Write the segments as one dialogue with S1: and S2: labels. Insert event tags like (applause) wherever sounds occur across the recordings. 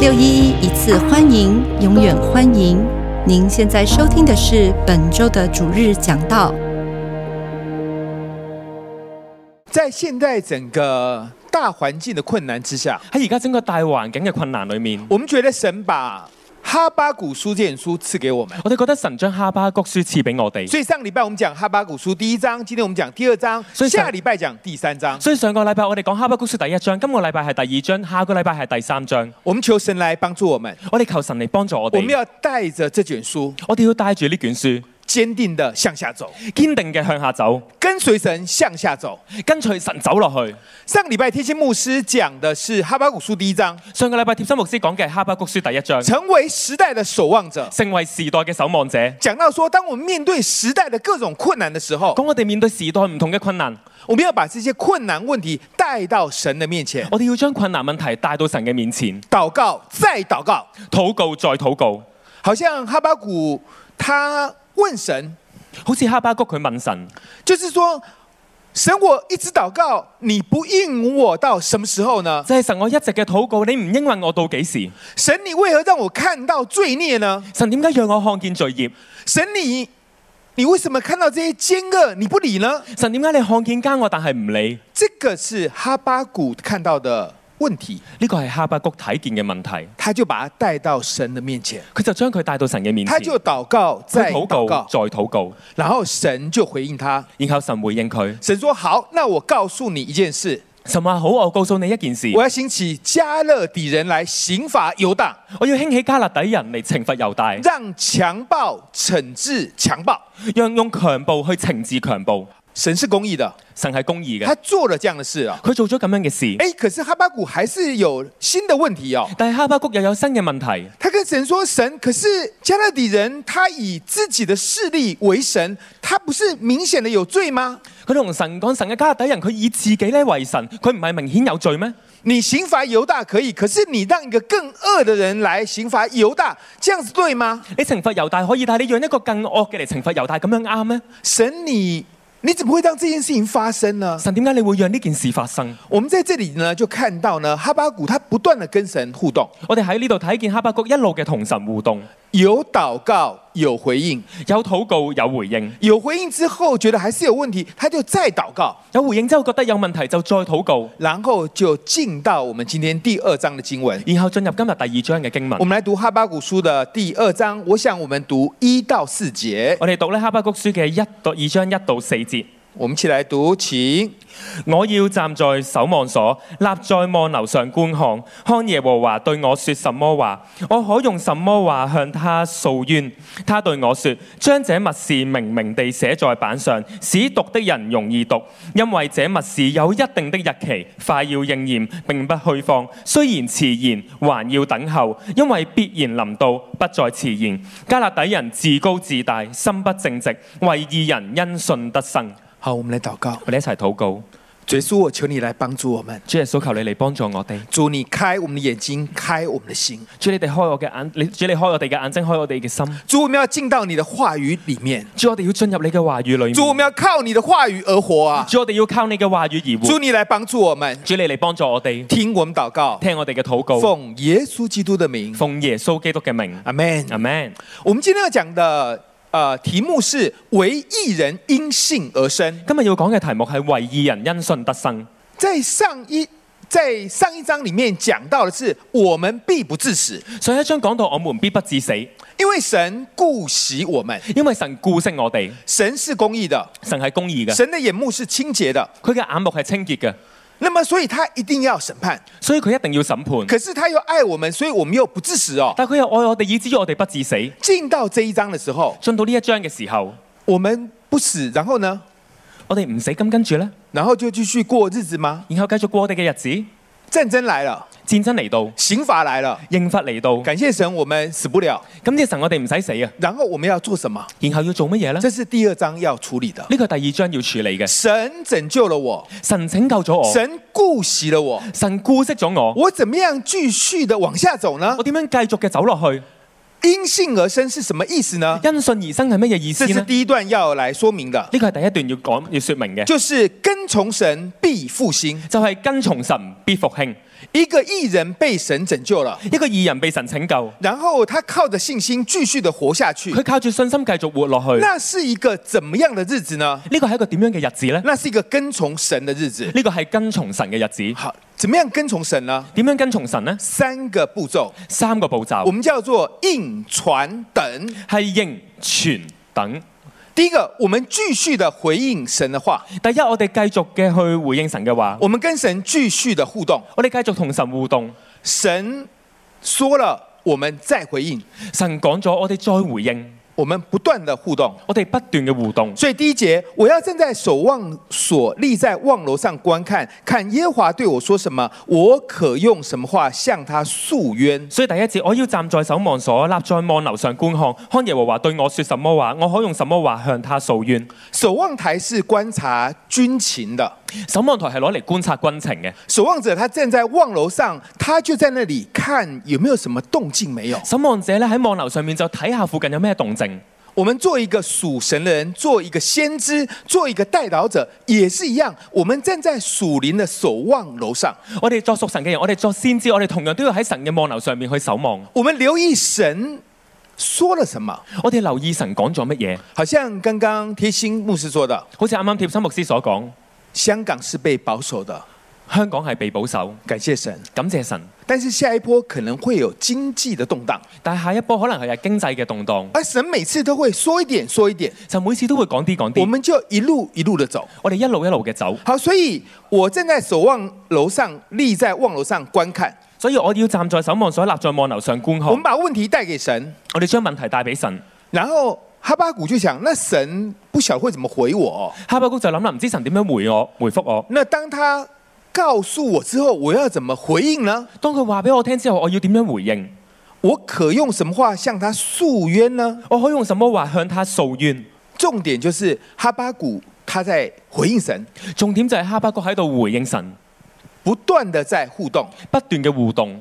S1: 六一一一次欢迎，永远欢迎。您现在收听的是本周的主日讲道。
S2: 在现在整个大环境的困难之下，
S3: 喺而家整個大環境嘅困難裏面，
S2: 我们觉得神把哈巴谷书这本书赐给我们。
S3: 我哋覺得神將哈巴谷書賜俾我哋，
S2: 所以上礼拜我们讲哈巴谷书第一章，今天我们讲第二章，
S3: 所以上
S2: 下礼拜讲第三章。
S3: 所以上個禮拜我哋講哈巴谷書第一章，今個禮拜係第二章，下個禮拜係第三章。
S2: 我们求神来帮助我们，
S3: 我哋求神嚟幫助我
S2: 我们
S3: 哋，
S2: 要带着这卷书，
S3: 我哋要帶住呢卷書，
S2: 坚定的向下走，
S3: 堅定嘅向下走，
S2: 跟随神向下走。
S3: 跟隨神走落去。
S2: 上礼拜贴心牧师讲的是哈巴谷书第一章，
S3: 上個禮拜貼心牧師講嘅係哈巴谷書第一章，
S2: 成为时代的守望者。
S3: 成為時代嘅守望者。
S2: 讲到说，当我们面对时代的各种困难的时候，
S3: 講我哋面對時代唔同嘅困難，
S2: 我们要把这些困难问题带到神的面前，
S3: 我哋要將困難問題帶到神嘅面前，
S2: 祷告再祷告。
S3: 禱告再禱告。
S2: 好像哈巴谷他问神，
S3: 好似哈巴谷佢問神，
S2: 就是说，神我一直祷告，你不应我到什么时候呢？
S3: 就係、神我一直嘅禱告，你唔應允我到幾時？
S2: 神你为何让我看到罪孽呢？
S3: 神點解讓我看見罪孽？
S2: 神你，你为什么看到这些奸恶你不理呢？
S3: 神點解你看見奸我但係唔理？
S2: 这个是哈巴谷看到的问题，
S3: 呢個係哈巴谷睇見嘅問題，
S2: 他就把它带到神的面前，
S3: 佢就將佢帶到神嘅面前
S2: 他，就祷告
S3: 佢
S2: 再
S3: 禱
S2: 祷
S3: 告
S2: 告，
S3: 再禱告，
S2: 然后神就回应他。
S3: 然後神回應佢：
S2: 神说：“好，那我告诉你一件事，
S3: 神話好，我告訴你一件事，
S2: 我要兴起加勒底人来刑罚犹大，
S3: 我要興起加勒底人嚟懲罰猶大，
S2: 让强暴惩治强暴。
S3: 讓用強暴去懲治強暴。
S2: 神是公义的，
S3: 神係公義
S2: 他
S3: 嘅，
S2: 做了这样的事啊。
S3: 佢做咗咁樣嘅事，
S2: 哎，可是哈巴谷还是有新的问题哦。
S3: 但係哈巴谷又有新嘅問題。
S2: 他跟神说：神，可是加勒底人他以自己的势力为神，他不是明显的有罪吗？
S3: 佢同神講：神嘅加勒底人，佢以自己咧為神，佢唔係明顯有罪咩？
S2: 你刑罚犹大可以，可是你让一个更恶的人来刑罚犹大，这样子对吗？
S3: 你懲罰猶大可以，但係你讓一個更惡嘅嚟懲罰猶大，咁樣啱咩？
S2: 神你。你怎么会让这件事情发生呢？
S3: 神點解你會讓呢件事發生？
S2: 我们在这里呢，就看到呢，哈巴谷他不断的跟神互动，
S3: 我哋喺呢度睇見哈巴谷一路嘅同神互動，
S2: 有祷告，有回应，
S3: 有禱告有回應，
S2: 有回应之后觉得还是有问题，他就再祷告，
S3: 有回應之後覺得有問題就再禱告，
S2: 然后就进到我们今天第二章的经文。
S3: 然後進入今日第二章嘅經
S2: 我
S3: 文。
S2: 们来读哈巴谷书的第二章，我想我们读一到四节，
S3: 我哋讀咧哈巴谷書嘅一到二章一到四節。
S2: 我们一起来读，请。
S3: 我要站在守望所，立在望樓上觀看，看耶和華對我說什麼話，我可用什麼話向他訴冤？他對我說：將這密事明明地寫在板上，使讀的人容易讀，因為這密事有一定的日期，快要應驗，並不虛放。雖然遲延，還要等候，因為必然臨到，不再遲延。加勒底人自高自大，心不正直，為義人因信得生。
S2: 好，我们来祷告，
S3: 我哋一齊禱告。
S2: 主耶稣，我求你来帮助我们，
S3: 主耶穌求你嚟幫助我哋，
S2: 主你开我们的眼睛，开我们的心，
S3: 主你哋開我嘅眼，你主你開我哋嘅眼睛，開我哋嘅心，
S2: 主我们要进到你的话语里面，
S3: 主我哋要進入你嘅話語裏面，
S2: 主我们要靠你的话语而活啊，
S3: 主我哋要靠你嘅話語而活，
S2: 主你来帮助我们，
S3: 主你嚟幫助我哋，
S2: 听我们祷告，
S3: 聽我哋嘅禱告，
S2: 奉耶稣基督的名，
S3: 奉耶穌基督嘅名，
S2: 阿门。
S3: 阿 Man，
S2: 我们今天要讲的呃题目是“为一人因信而生
S3: 今日要講嘅題目係為義人因信得生。”。
S2: 在上一在上一章里面讲到的是，我们必不致死，
S3: 上一章講到我們必不致死，
S2: 因为神顾惜我们，
S3: 因為神顧惜我哋，
S2: 神是公义的，
S3: 神係公義嘅，
S2: 神的眼目是清洁的。
S3: 佢嘅眼目係清潔嘅，
S2: 那么，所以他一定要审判，
S3: 所以佢一定要審判。
S2: 可是他又愛我们，所以我们又不致死哦。
S3: 但佢又愛我哋，以至於我哋不致死。
S2: 进到这一章的時候，
S3: 進到呢一章嘅時候，
S2: 我们不死，然后呢，
S3: 我哋唔死，咁跟住呢，
S2: 然后就继续过日子吗？
S3: 然後繼續過我哋嘅日子。
S2: 战争来了，
S3: 戰爭嚟到，
S2: 刑罚来了，
S3: 刑罰嚟到，
S2: 感謝神，我们死不了。
S3: 咁啲神我哋唔使死啊，
S2: 然后我们要做什么？
S3: 然後要做乜嘢呢？
S2: 这是第二章要处理的。
S3: 呢個係第二章要處理嘅，
S2: 神拯救了我，
S3: 神拯救咗我，
S2: 神顾惜了我，
S3: 神顧惜咗我，
S2: 我怎么样继续的往下走呢
S3: 我？點樣繼續嘅走落去？
S2: 因信而生是什么意思呢？
S3: 因信而生係乜嘢意思
S2: 这是
S3: 呢？
S2: 第一段要来说明的，
S3: 呢個係第一段要講要說明嘅，
S2: 就是跟从神必复兴，
S3: 就係跟從神必復興。
S2: 一个艺人被神拯救了，
S3: 一個義人被神拯救，
S2: 然后他靠着信心继续的活下去
S3: 佢，靠住信心繼續活落去。
S2: 那是一个怎么样的日子呢？
S3: 呢個係一個點樣嘅日子呢？
S2: 那是一个跟从神的日子。
S3: 呢個係跟從神嘅日子。
S2: 好，怎么样跟从神呢？
S3: 點樣跟從神呢？
S2: 三个步骤，
S3: 三個步
S2: 我
S3: 驟
S2: 们叫做应传等。
S3: 係應、傳、等。
S2: 第一个，我们继续的回应神的话，
S3: 第一，我哋繼續嘅去回應神嘅話，
S2: 我们跟神继续的互动。
S3: 我哋繼續同神互動。
S2: 神说了，我们再回应，
S3: 神講咗，我哋再回應，
S2: 我们不断的互动。
S3: 我哋不斷嘅互動。
S2: 所以第一节，我要站在守望所立在望楼上观看，看耶和华对我说什么，我可用什么话向他诉冤。
S3: 所以第一節，我要站在守望所，立在望樓上觀看，看耶和華對我說什麼話，我可用什麼話向他訴冤。
S2: 守望台是观察军情的，
S3: 守望台係攞嚟觀察軍情嘅，
S2: 守望者他站在望楼上，他就在那里看有没有什么动静没有。
S3: 守望者咧喺望樓上面就睇下附近有咩動靜。
S2: 我们做一个属神的人，做一个先知，做一个代祷者，也是一样。我们站在属灵的守望楼上，
S3: 我哋作屬神嘅人，我哋作先知，我哋同樣都要喺神嘅望樓上面去守望。
S2: 我们留意神说了什么。
S3: 我哋留意神講咗乜嘢，
S2: 好像刚刚贴心牧师说的，
S3: 好似啱啱貼心牧師所講，
S2: 香港是被保守的，
S3: 香港係被保守，
S2: 感谢神。
S3: 感謝神。
S2: 但是下一波可能会有经济的动荡，
S3: 但係下一波可能係有經濟嘅動盪，
S2: 而神每次都会说一点说一点，
S3: 就每次都會講啲講
S2: 我
S3: 啲，
S2: 们就一路一路的走。
S3: 我哋一路一路嘅走。
S2: 好，所以我正在守望楼上，立在望楼上观看。
S3: 所以我要站在守望所，立在望樓上觀看
S2: 我。们把问题带给神，
S3: 我哋將問題帶俾神。
S2: 然后哈巴谷就想，那神不晓得会怎么回我哦、
S3: 哈巴谷就諗啦，唔知神點樣回我，回覆我。
S2: 那当他告诉我之后，我要怎么回应呢？
S3: 當佢話俾我聽之後，我要點樣回應？
S2: 我可用什么话向他诉冤呢？
S3: 我可以用什麼話向他訴冤？
S2: 重点就是哈巴谷他在回应神，
S3: 重點就係哈巴谷喺度回應神，
S2: 不断的在互动。
S3: 不斷嘅互動。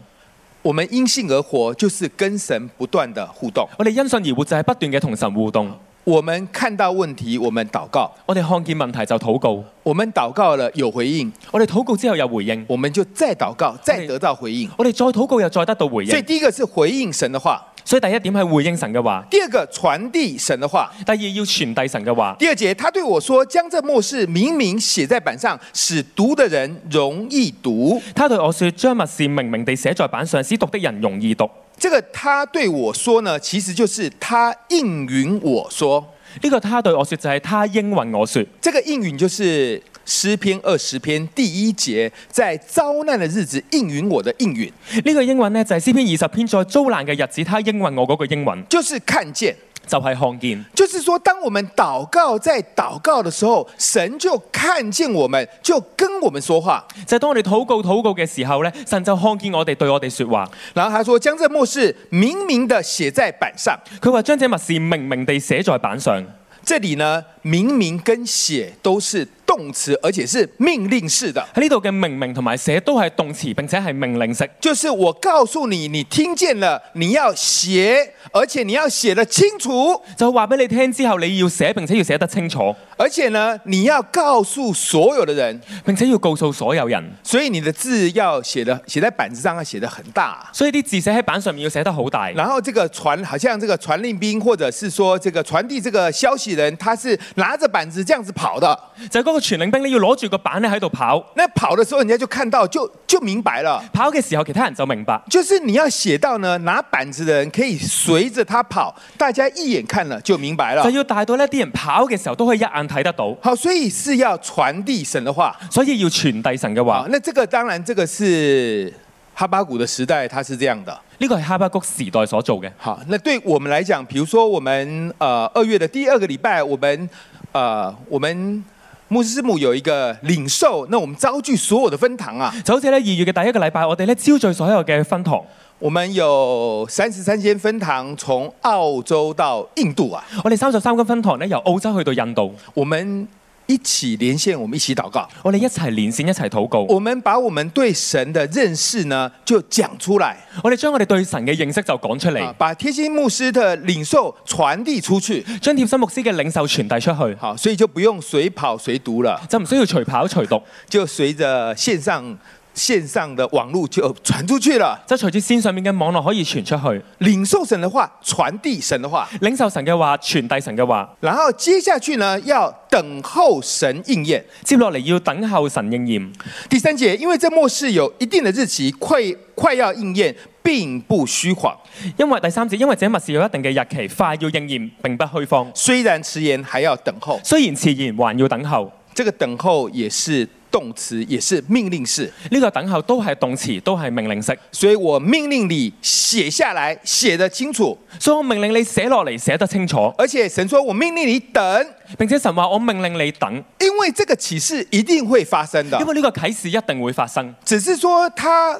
S2: 我们因信而活，就是跟神不断的互动。
S3: 我哋因信而活就係不斷嘅同神互動。
S2: 我们看到问题，我们祷告，
S3: 我哋看見問題就禱告，
S2: 我們禱告了有回應，
S3: 我哋禱告之後有回應，
S2: 我們就再禱告，再得到回應。
S3: 我哋再禱告又再得到回
S2: 所以
S3: 應。
S2: 第一個是回應神的話，
S3: 所以第一點係回應神嘅話，
S2: 第二個傳遞神的話。
S3: 第二要傳遞神嘅話。
S2: 第二節，他对我说：“将这末世明明写在板上，使读的人容易读。
S3: 他對我說：將密事明明地寫在板上，使讀的人容易讀。”
S2: 这个他对我说呢，其实就是他应允我说。
S3: 呢、個他對我說就係他應允我說。
S2: 这个应允就是诗篇二十篇第一节，在遭难的日子应允我的应允，
S3: 呢、個英文呢，就係詩篇二十篇在遭難嘅日子，他應允我嗰個英文
S2: 就是看见。
S3: 就係看見。
S2: 就是说，当我们祷告在祷告的时候，神就看见我们，就跟我们说话。
S3: 就係、當我哋禱告禱告嘅時候呢，神就看見我哋對我哋說話。
S2: 然后他说：“将这末世明明的写在板上。
S3: 佢話將這密事明明地寫在板上。”
S2: 这里呢，明明跟写都是动词，而且是命令式的，
S3: 喺呢度嘅明明同埋寫都係動詞，並且係命令式。
S2: 就是我告诉你，你听见了，你要写，而且你要写得清楚，
S3: 就話俾你聽之後，你要寫並且要寫得清楚，
S2: 而且呢，你要告訴所有的人。
S3: 並且要告訴所有人。
S2: 所以你的字要写的写在板子上，要写得很大。
S3: 所以啲字寫喺板上面要寫得好大。
S2: 然后这个传好像这个传令兵，或者是说这个传递这个消息人，他是拿着板子这样子跑的。
S3: 就係嗰個傳令兵咧，要攞住個板咧喺度跑，
S2: 那跑的时候，人家就看到，就就明白了。
S3: 跑嘅時候其他人就明白。
S2: 就是你要写到呢，拿板子的人可以随着他跑，大家一眼看了就明白了
S3: 就。要大到呢啲人跑嘅時候都可以一眼睇得到，
S2: 好，所以是要传递神的话。
S3: 所以要傳遞神嘅
S2: 好
S3: 話，。
S2: 那这个当然这个是哈巴谷的时代，它是这样的。
S3: 呢個係哈巴谷時代所做嘅。
S2: 好，那对我们来讲，比如说我们呃二月的第二个礼拜，我们呃我们牧师师母有一个领受，那我们招聚所有的分堂啊，
S3: 就好似咧二月嘅第一個禮拜，我哋咧招聚所有嘅分堂，
S2: 我们有三十三间分堂，从澳洲到印度啊，
S3: 我哋三十三間分堂咧由澳洲去到印度，
S2: 我们一起连线，我们一起祷告，
S3: 我哋一齊連線一齊禱告，
S2: 我们把我们对神的认识呢就讲出来
S3: 我哋將我哋對神嘅認識就講出
S2: 啊
S3: 嚟，，
S2: 把贴心牧师的领受传递出去。
S3: 將貼心牧師嘅領袖傳遞出去。
S2: 好，所以就不用随跑随读了，
S3: 就唔需要隨跑隨讀，
S2: 就随着线上线上的网络就传出去了。
S3: 就隨住線上面嘅網絡可以傳出去，
S2: 领受神的话，传递神的话，
S3: 領受神嘅話，傳遞神嘅話。
S2: 然后接下去呢，要等候神应验。
S3: 接落嚟要等候神應驗。
S2: 第三节，因为这末世有一定的日期，快快要应验，并不虚谎。
S3: 因為第三節，因為這密事有一定嘅日期，快要應驗，並不虛放。
S2: 虽然迟延，还要等候。
S3: 雖然遲延，還要等候。
S2: 这个等候也是动词，也是命令式。
S3: 呢、個等候都係動詞，都係命令式。
S2: 所以我命令你写下来，写得清楚。
S3: 所以我命令你寫落嚟，寫得清楚。
S2: 而且神说，我命令你等，
S3: 並且神話我命令你等，
S2: 因为这个启示一定会发生的
S3: 因。為呢個啟示一定會發生。
S2: 只是说它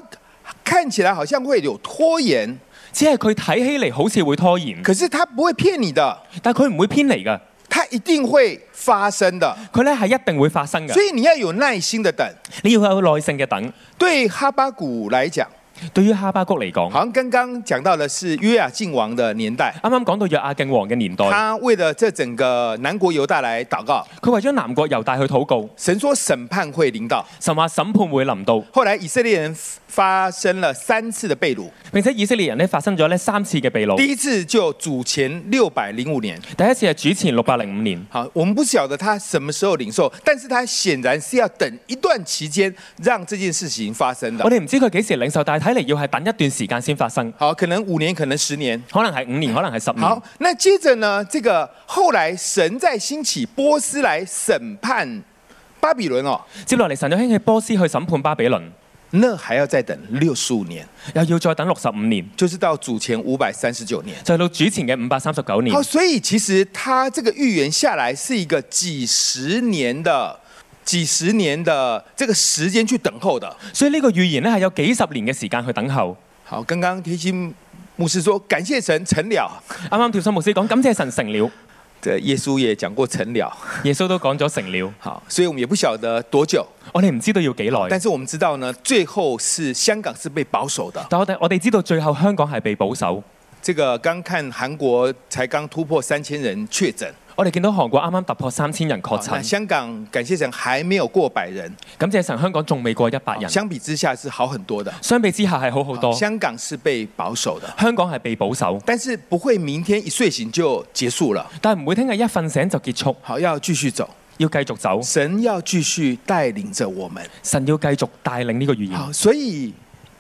S2: 看起来好像会有拖延，
S3: 只係佢睇起嚟好似會拖延，
S2: 可是它不会骗你的，
S3: 但佢唔會偏離嘅。
S2: 它一定会发生的。
S3: 佢咧係一定會發生
S2: 所
S3: 嘅。
S2: 以你要有耐心的等。
S3: 你要有耐性嘅等。
S2: 对哈巴谷来讲，
S3: 對於哈巴谷嚟講，
S2: 好像刚刚讲到的是约雅敬王的年代，
S3: 啱啱講到約亞敬王嘅年代，
S2: 他为了这整个南国犹大来祷告，
S3: 佢為咗南國猶大去禱告，
S2: 神说审判会临到。
S3: 神話審判會臨到。
S2: 后来以色列人发生了三次的被掳，
S3: 並且以色列人咧發生咗呢三次嘅被
S2: 第
S3: 擄，
S2: 一次就主前六百零五年。
S3: 第一次係主前六百零五年。
S2: 好，我们不晓得他什么时候领受，但是他显然是要等一段期间让这件事情发生
S3: 我
S2: 的。
S3: 哋唔知佢幾時領受，但係睇嚟要係等一段時間先發生，
S2: 好，可能五年，可能十年。
S3: 可能係五年，可能係十年
S2: 好。，那接着呢？这个后来神在兴起波斯来审判巴比伦哦，
S3: 接落嚟神就興起波斯去審判巴比倫，
S2: 那还要再等六十五年，
S3: 又要再等六十五年，
S2: 就是到主前五百三十九年。
S3: 就到主前嘅五百三十九年
S2: 好，。所以其实他这个预言下来是一个几十年的、几十年的这个时间去等候的。
S3: 所以呢個預言咧係有幾十年嘅時間去等候。
S2: 好，刚刚提醒牧师说，感谢神成了。
S3: 啱啱跳心牧師講，感謝神成了，
S2: 这耶稣也讲过成了，
S3: 耶穌都講咗成了，
S2: 好，所以我们也不晓得多久，
S3: 我哋唔知道要幾耐
S2: 但。是我们知道呢，最后是香港是被保守的。
S3: 但我哋我哋知道最後香港係被保守，
S2: 这个刚看韩国才刚突破三千人确诊，
S3: 我哋見到韓國啱啱突破三千人確
S2: 好那
S3: 診，
S2: 香港感谢神还没有过百人，
S3: 感謝神香港仲未過一百人，
S2: 相比之下是好很多的。
S3: 相比之下係好好多。
S2: 香港是被保守的，
S3: 香港係被保守，
S2: 但是不会明天一睡醒就结束了。
S3: 但係唔會聽日一瞓醒就結束，
S2: 好，要继续走，
S3: 要繼續走。
S2: 神要繼續帶領着我們。
S3: 神要繼續帶領呢個預言，
S2: 好，所以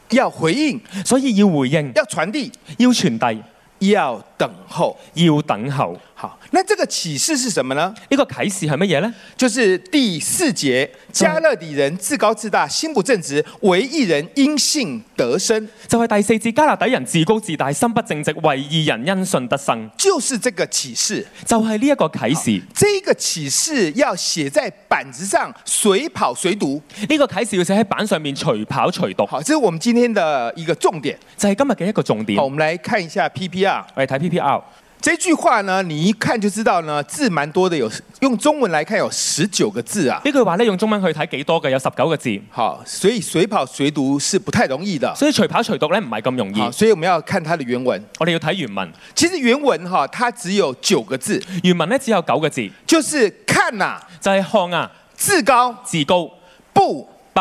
S2: 要回應，
S3: 所以要回應，
S2: 要傳遞，
S3: 要傳遞，
S2: 要等候。
S3: 要等候。
S2: 好，那这个启示是什么呢？
S3: 呢、個啟示係乜嘢呢？
S2: 就是第四节，加勒底人自高自大，心不正直，唯一人因信得生，
S3: 就係、第四節加拿底人自高自大，心不正直，為義人因信得生。
S2: 就是这个启示。
S3: 就係呢一個啟示，
S2: 这个启示要寫在板子上，随跑随读。
S3: 呢、個啟示要寫喺板上面隨跑隨讀，
S2: 好，这是我们今天的一个重点。
S3: 就係、今日嘅一個重點
S2: 好，我。们来看一下 PPR
S3: 我哋睇 PPR
S2: 这句话呢，你一看就知道呢，字蛮多的，有用中文来看有十九个字啊。
S3: 呢句話咧，用中文去睇幾多嘅？有十九個字，
S2: 好，所以随跑随讀是不太容易的。
S3: 所以隨跑隨讀咧唔係咁容易
S2: 好，。所以我们要看它的原文。
S3: 我哋要睇原文，
S2: 其实原文哈，它只有九个字，
S3: 原文咧只有九個字，
S2: 就是看呐、
S3: 就係、看啊、
S2: 自高
S3: 自高、
S2: 不
S3: 不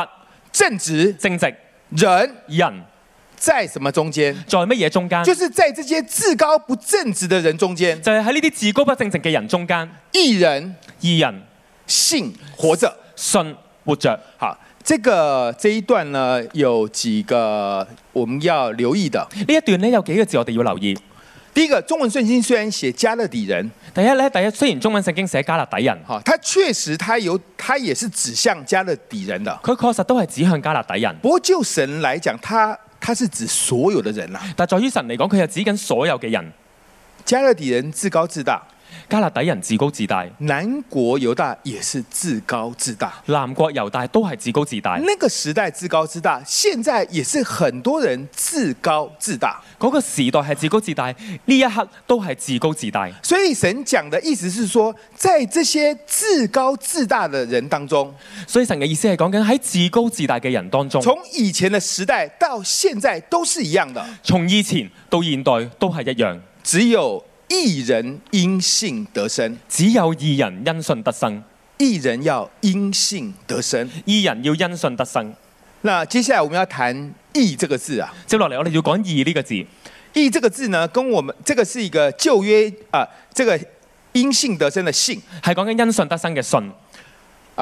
S2: 正直
S3: 正直、
S2: 人
S3: 人，
S2: 在什么中间？
S3: 在乜嘢中間？
S2: 就是在这些自高不正直的人中间，
S3: 就係喺呢啲自高不正直嘅人中間，
S2: 一人
S3: 義人
S2: 信活着。
S3: 信活着。
S2: 好，这个这一段呢，有几个我们要留意的。
S3: 呢一段咧有幾個字我哋要留意。
S2: 第一个，中文圣经雖然寫加勒底人，
S3: 第一咧，第一雖然中文聖經寫加勒底人，
S2: 哈，它确实它有它也是指向加勒底人的。
S3: 佢確實都係指向加勒底人，
S2: 不过就神来讲，它它是指所有的人啦、
S3: 但在於神嚟講，佢係指緊所有嘅人。
S2: 加勒底人自高自大，
S3: 加勒底人自高自大，
S2: 南国犹大也是自高自大。
S3: 南國猶大都係自高自大。
S2: 那个时代自高自大，现在也是很多人自高自大。
S3: 嗰個時代係自高自大，呢一刻都係自高自大。
S2: 所以神讲的意思是说，在这些自高自大的人当中，
S3: 所以神嘅意思係講緊喺自高自大嘅人當中，
S2: 从以前的时代到现在都是一样的，
S3: 從以前到現代都係一樣，
S2: 只有一人因信得生，
S3: 只有義人因信得生，
S2: 一人要因信得生。
S3: 義人要因信得生。
S2: 那接下来我们要谈“义”这个字啊，
S3: 接落嚟我哋要講義呢個字。
S2: 义这个字呢，跟我们这个是一个旧约啊、这个因信得生的信
S3: 係講緊因信得生嘅信。呢、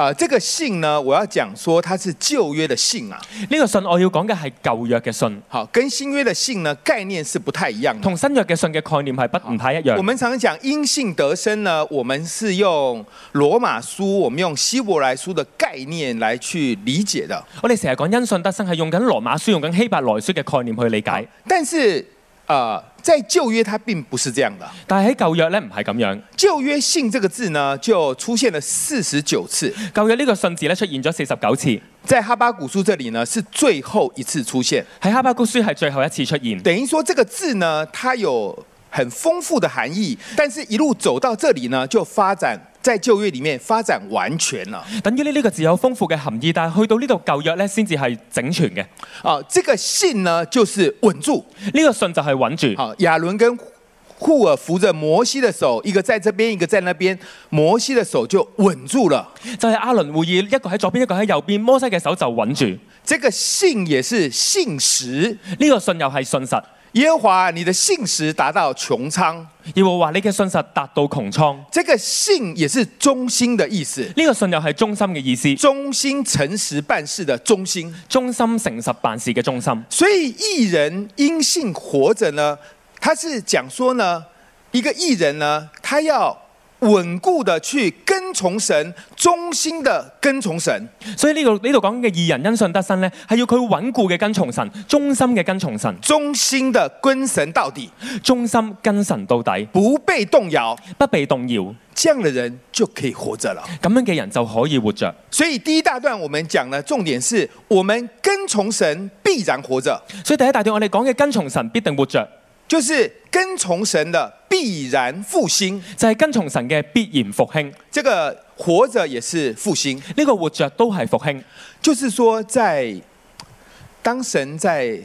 S2: 啊、这个信呢，我要讲说它是旧约的信啊，
S3: 個信我要講嘅係舊約嘅信，
S2: 好，跟新约的信呢概念是不太一样的。
S3: 同新約嘅信嘅概念係不唔太一樣
S2: 我。们常讲因信得生呢，我们是用罗马书，我们用希伯来书的概念来去理解的，
S3: 我哋成日講因信得生係用緊羅馬書、用緊希伯來書嘅概念去理解，
S2: 但是呃，在旧约它并不是这样的。
S3: 但係喺舊約呢，唔係咁樣。
S2: 旧约信这个字呢，就出现了四十九次，
S3: 舊約呢個信字咧出現咗四十九次，喺
S2: 在哈巴古书这里呢是最後一次出现。
S3: 哈巴谷書係最後一次出現。
S2: 等于说这个字呢，它有很丰富的含义，但是一路走到这里呢，就发展在旧约里面发展完全了。
S3: 等於呢呢個字有豐富嘅含義，但係去到呢度舊約呢，先至係整全嘅。呢、
S2: 啊，这个信呢，就是稳住。
S3: 個信就係穩住。
S2: 好，亚伦跟护尔扶着摩西的手，一个在这边，一个在那边，摩西的手就稳住了。
S3: 就係阿倫會議，一個喺左邊，一個喺右邊，摩西嘅手就穩住。呢、
S2: 这个信也是信实，
S3: 個信又係信實。
S2: 耶和华你的信实达到穹苍。
S3: 要我話你嘅信實達到窮倉，呢、
S2: 这个信也是忠心的意思，
S3: 個信又係忠心嘅意思，
S2: 忠心诚实办事的忠心。
S3: 忠心誠實辦事嘅忠心。
S2: 所以艺人因信活着呢，他是讲说呢，一个艺人呢，他要稳固的去跟从神，忠心的跟从神。
S3: 所以呢度呢度講嘅義人因信得生呢，係要佢穩固嘅跟從神，忠心嘅跟從神，
S2: 忠心的跟神到底，
S3: 忠心跟神到底，
S2: 不被动摇，
S3: 不被動搖。
S2: 这样的人就可以活着了。
S3: 咁樣嘅人就可以活着。
S2: 所以第一大段我们讲呢，重点是我们跟从神必然活着，
S3: 所以第一大段我哋講嘅跟從神必定活着，
S2: 就是跟从神的必然复兴。
S3: 就係、跟從神嘅必然復興。呢、
S2: 这个活着也是复兴。
S3: 個活着都係復興，
S2: 就是说在，当神在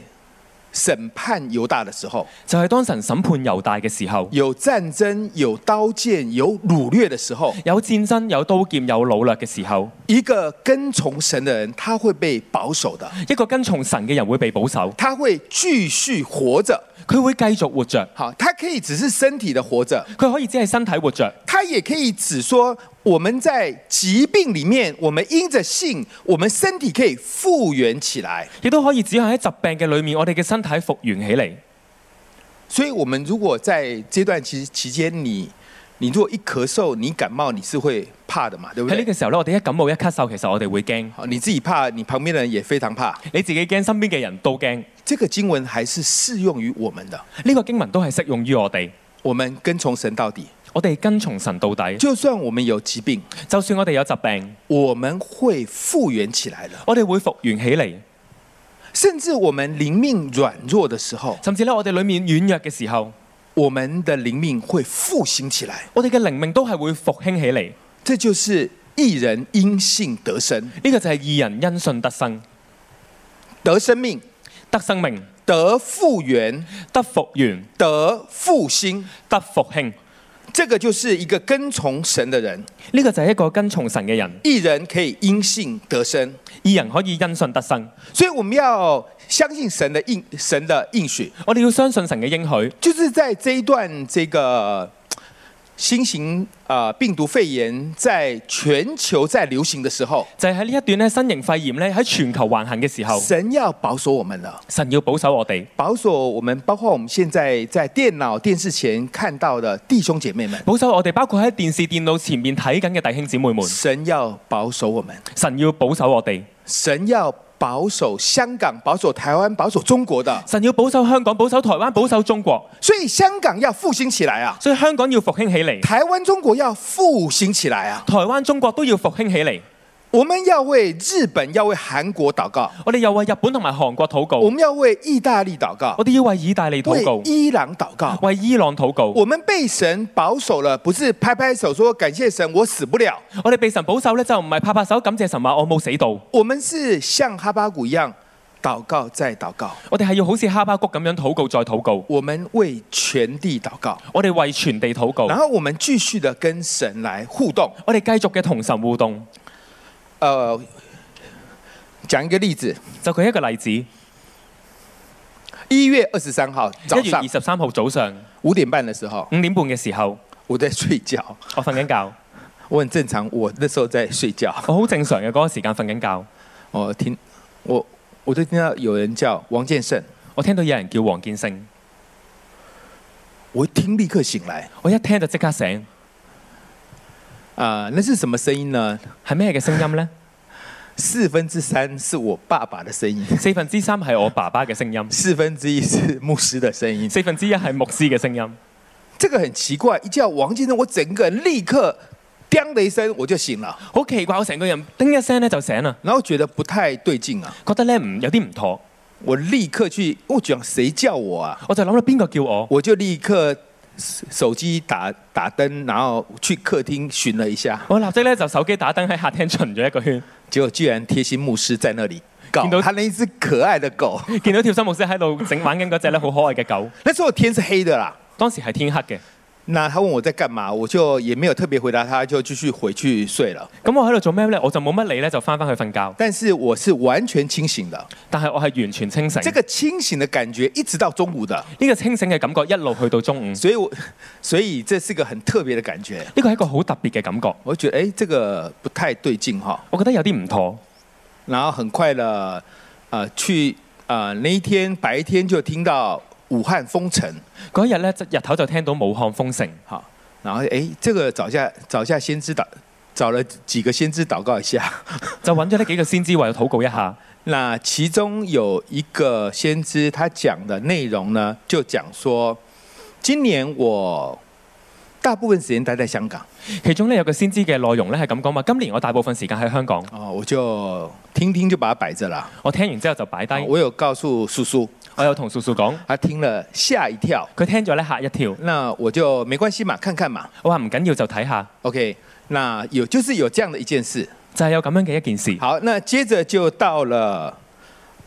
S2: 审判犹大的时候，
S3: 就係、當神審判猶大嘅時候，
S2: 有战争、有刀剑、有掳掠的时候，
S3: 有戰爭、有刀劍、有掳掠嘅時候，
S2: 一个跟从神的人，他会被保守的，
S3: 一個跟從神嘅人會被保守，
S2: 他会继续活着。
S3: 佢會繼續活着，
S2: 好，他可以只是身体的活着，
S3: 佢可以只係身體活着。
S2: 他也可以只说我们在疾病里面，我们因着信，我们身体可以复原起来。
S3: 亦都可以只係喺疾病嘅裏面，我哋嘅身體復原起嚟。
S2: 所以，我们如果在这段期期间，你你如果一咳嗽，你感冒，你是会怕的嘛，对不
S3: 喺呢
S2: 对？
S3: 個時候咧，我哋一感冒一咳嗽，其實我哋會驚，
S2: 好，你自己怕，你旁边的人也非常怕。
S3: 你自己驚，身邊嘅人都驚。呢、
S2: 这个经文还是适用于我们的，
S3: 個經文都係適用於我哋，
S2: 我们跟从神到底。
S3: 我哋跟從神到底。
S2: 就算我们有疾病，
S3: 就算我哋有疾病，
S2: 我們会复原起来的。
S3: 我哋會復原起嚟。
S2: 甚至我们灵命软弱的时候，
S3: 甚至咧，我哋裡面軟弱嘅時候，
S2: 我们的灵命会复兴起来。
S3: 我哋嘅靈命都係會復興起嚟。呢、
S2: 这就是一人因信得生，
S3: 個就係義人因信得生，
S2: 得生命，
S3: 得生命，
S2: 得复原，
S3: 得復原，
S2: 得复兴。
S3: 得復興。呢、
S2: 这个就是一个跟從神的人，
S3: 個就係一個跟從神嘅人，
S2: 一人可以因信得生，
S3: 義人可以因信得生。
S2: 所以我们要相信神的应神的应许，
S3: 我哋要相信神嘅應許。
S2: 就是在这一段这个嘖新型呃病毒肺炎在全球在流行的时候，
S3: 就係喺呢一段咧，新型肺炎咧喺全球橫行嘅時候，
S2: 神要保守我们了，
S3: 神要保守我哋，
S2: 保守我们，包括我们现在在电脑电视前看到的弟兄姐妹们，
S3: 保守我哋，包括喺電視、電腦前面睇緊嘅弟兄姊妹們，
S2: 神要保守我们，
S3: 神要保守我哋，
S2: 神要保守香港，保守台湾，保守中国的。
S3: 神要保守香港、保守台灣、保守中國，
S2: 所以香港要复兴起来啊，
S3: 所以香港要復興起嚟，
S2: 台湾、中国要复兴起来啊，
S3: 台灣、中國都要復興起嚟。
S2: 我们要为日本、要为韩国祷告，
S3: 我哋又為日本同埋韓國禱告，
S2: 我们要为意大利祷告，
S3: 我哋要為意大利禱
S2: 为
S3: 告，
S2: 伊朗祷告。
S3: 為伊朗禱告。
S2: 我们被神保守了，不是拍拍手说感谢神，我死不了。
S3: 我哋被神保守咧，就唔係拍拍手感謝神話我冇死到，
S2: 我们是像哈巴谷一样祷告再祷告，
S3: 我哋係要好似哈巴谷咁樣禱告再禱告，
S2: 我们为全地祷告，
S3: 我哋為全地禱告，
S2: 然后我们繼续的跟神来互动。
S3: 我哋繼續嘅同神互動。
S2: 呃，讲一个例子，
S3: 就佢一個例子，一
S2: 一月二十三號早
S3: 月二
S2: 上
S3: 十三號早上
S2: 五点半的时候，
S3: 五點半嘅時候，
S2: 我在睡觉，
S3: 我瞓緊覺，
S2: 我很正常，我那时候在睡觉，
S3: 我好正常嘅嗰個時間瞓緊覺，
S2: 我听我我就听到有人叫王建胜，
S3: 我聽到有人叫黃建勝，
S2: 我一听立刻醒来，
S3: 我一聽就即刻醒，
S2: 啊、那是什么声音呢？
S3: 係咩嘅聲音呢？
S2: 四分之三是我爸爸的声音，
S3: 四分之三係我爸爸嘅聲音，
S2: 四分之一是牧师的声音。
S3: 四分之一係牧師嘅聲音。
S2: 这个很奇怪，一叫王建胜，我整个人立刻“叮”的一声我就醒了，
S3: 好奇怪，我成個人叮一聲咧就醒啦，
S2: 然后觉得不太对劲啊，
S3: 覺得咧唔有啲唔妥，
S2: 我立刻去，我讲谁叫我啊？
S3: 我就諗到邊個叫我，
S2: 我就立刻手机打打灯，然后去客厅寻了一下，
S3: 我立即咧就手機打燈喺客廳巡咗一個圈，
S2: 结果居然贴心牧师在那里搞
S3: 听到
S2: 他那一只可爱的狗。 (laughs)
S3: 見到跳心牧師喺度整玩緊嗰只咧好可愛嘅狗，
S2: 那时候天是黑的啦，
S3: 當時係天黑嘅，
S2: 那他问我在干嘛，我就也没有特别回答他，就继续回去睡了。
S3: 咁我喺度做咩咧？我就冇乜理咧，就翻返去瞓覺。
S2: 但是我是完全清醒的，
S3: 但係我係完全清醒，
S2: 这
S3: 呢
S2: 个清醒的感觉一直到中午的，
S3: 個清醒嘅感覺一路去到中午，
S2: 所以我 (laughs) 所以这是个很特别的感觉。
S3: 呢個係一個好特別嘅感覺。
S2: 我觉得哎，这个不太对劲哈、
S3: 我覺得有啲唔妥，
S2: 然后很快的，呃，去呃那一天白天就听到武汉封城，
S3: 嗰一日咧日頭就聽到武漢封城，
S2: 好、然后哎，这个找一下找一下先知祷，找了几个先知祷告一下。 (laughs)
S3: 就揾咗呢幾個先知為我禱告一下。
S2: 那其中有一个先知，他讲的内容呢，就讲说，今年我大部分时间待在香港，
S3: 其中咧有個先知嘅內容咧係咁講話，今年我大部分時間喺香港，
S2: 哦，我就听听就把它摆着了。
S3: 我聽完之後就擺低，
S2: 我有告诉叔叔，
S3: 我有同叔叔講，
S2: 他听了吓一跳。
S3: 佢聽咗咧嚇一跳，
S2: 那我就没关系嘛，看看嘛。
S3: 我話唔緊要就睇下，
S2: OK，那有就是有这样的一件事。
S3: 就係有咁樣嘅一件事。
S2: 好，那接着就到了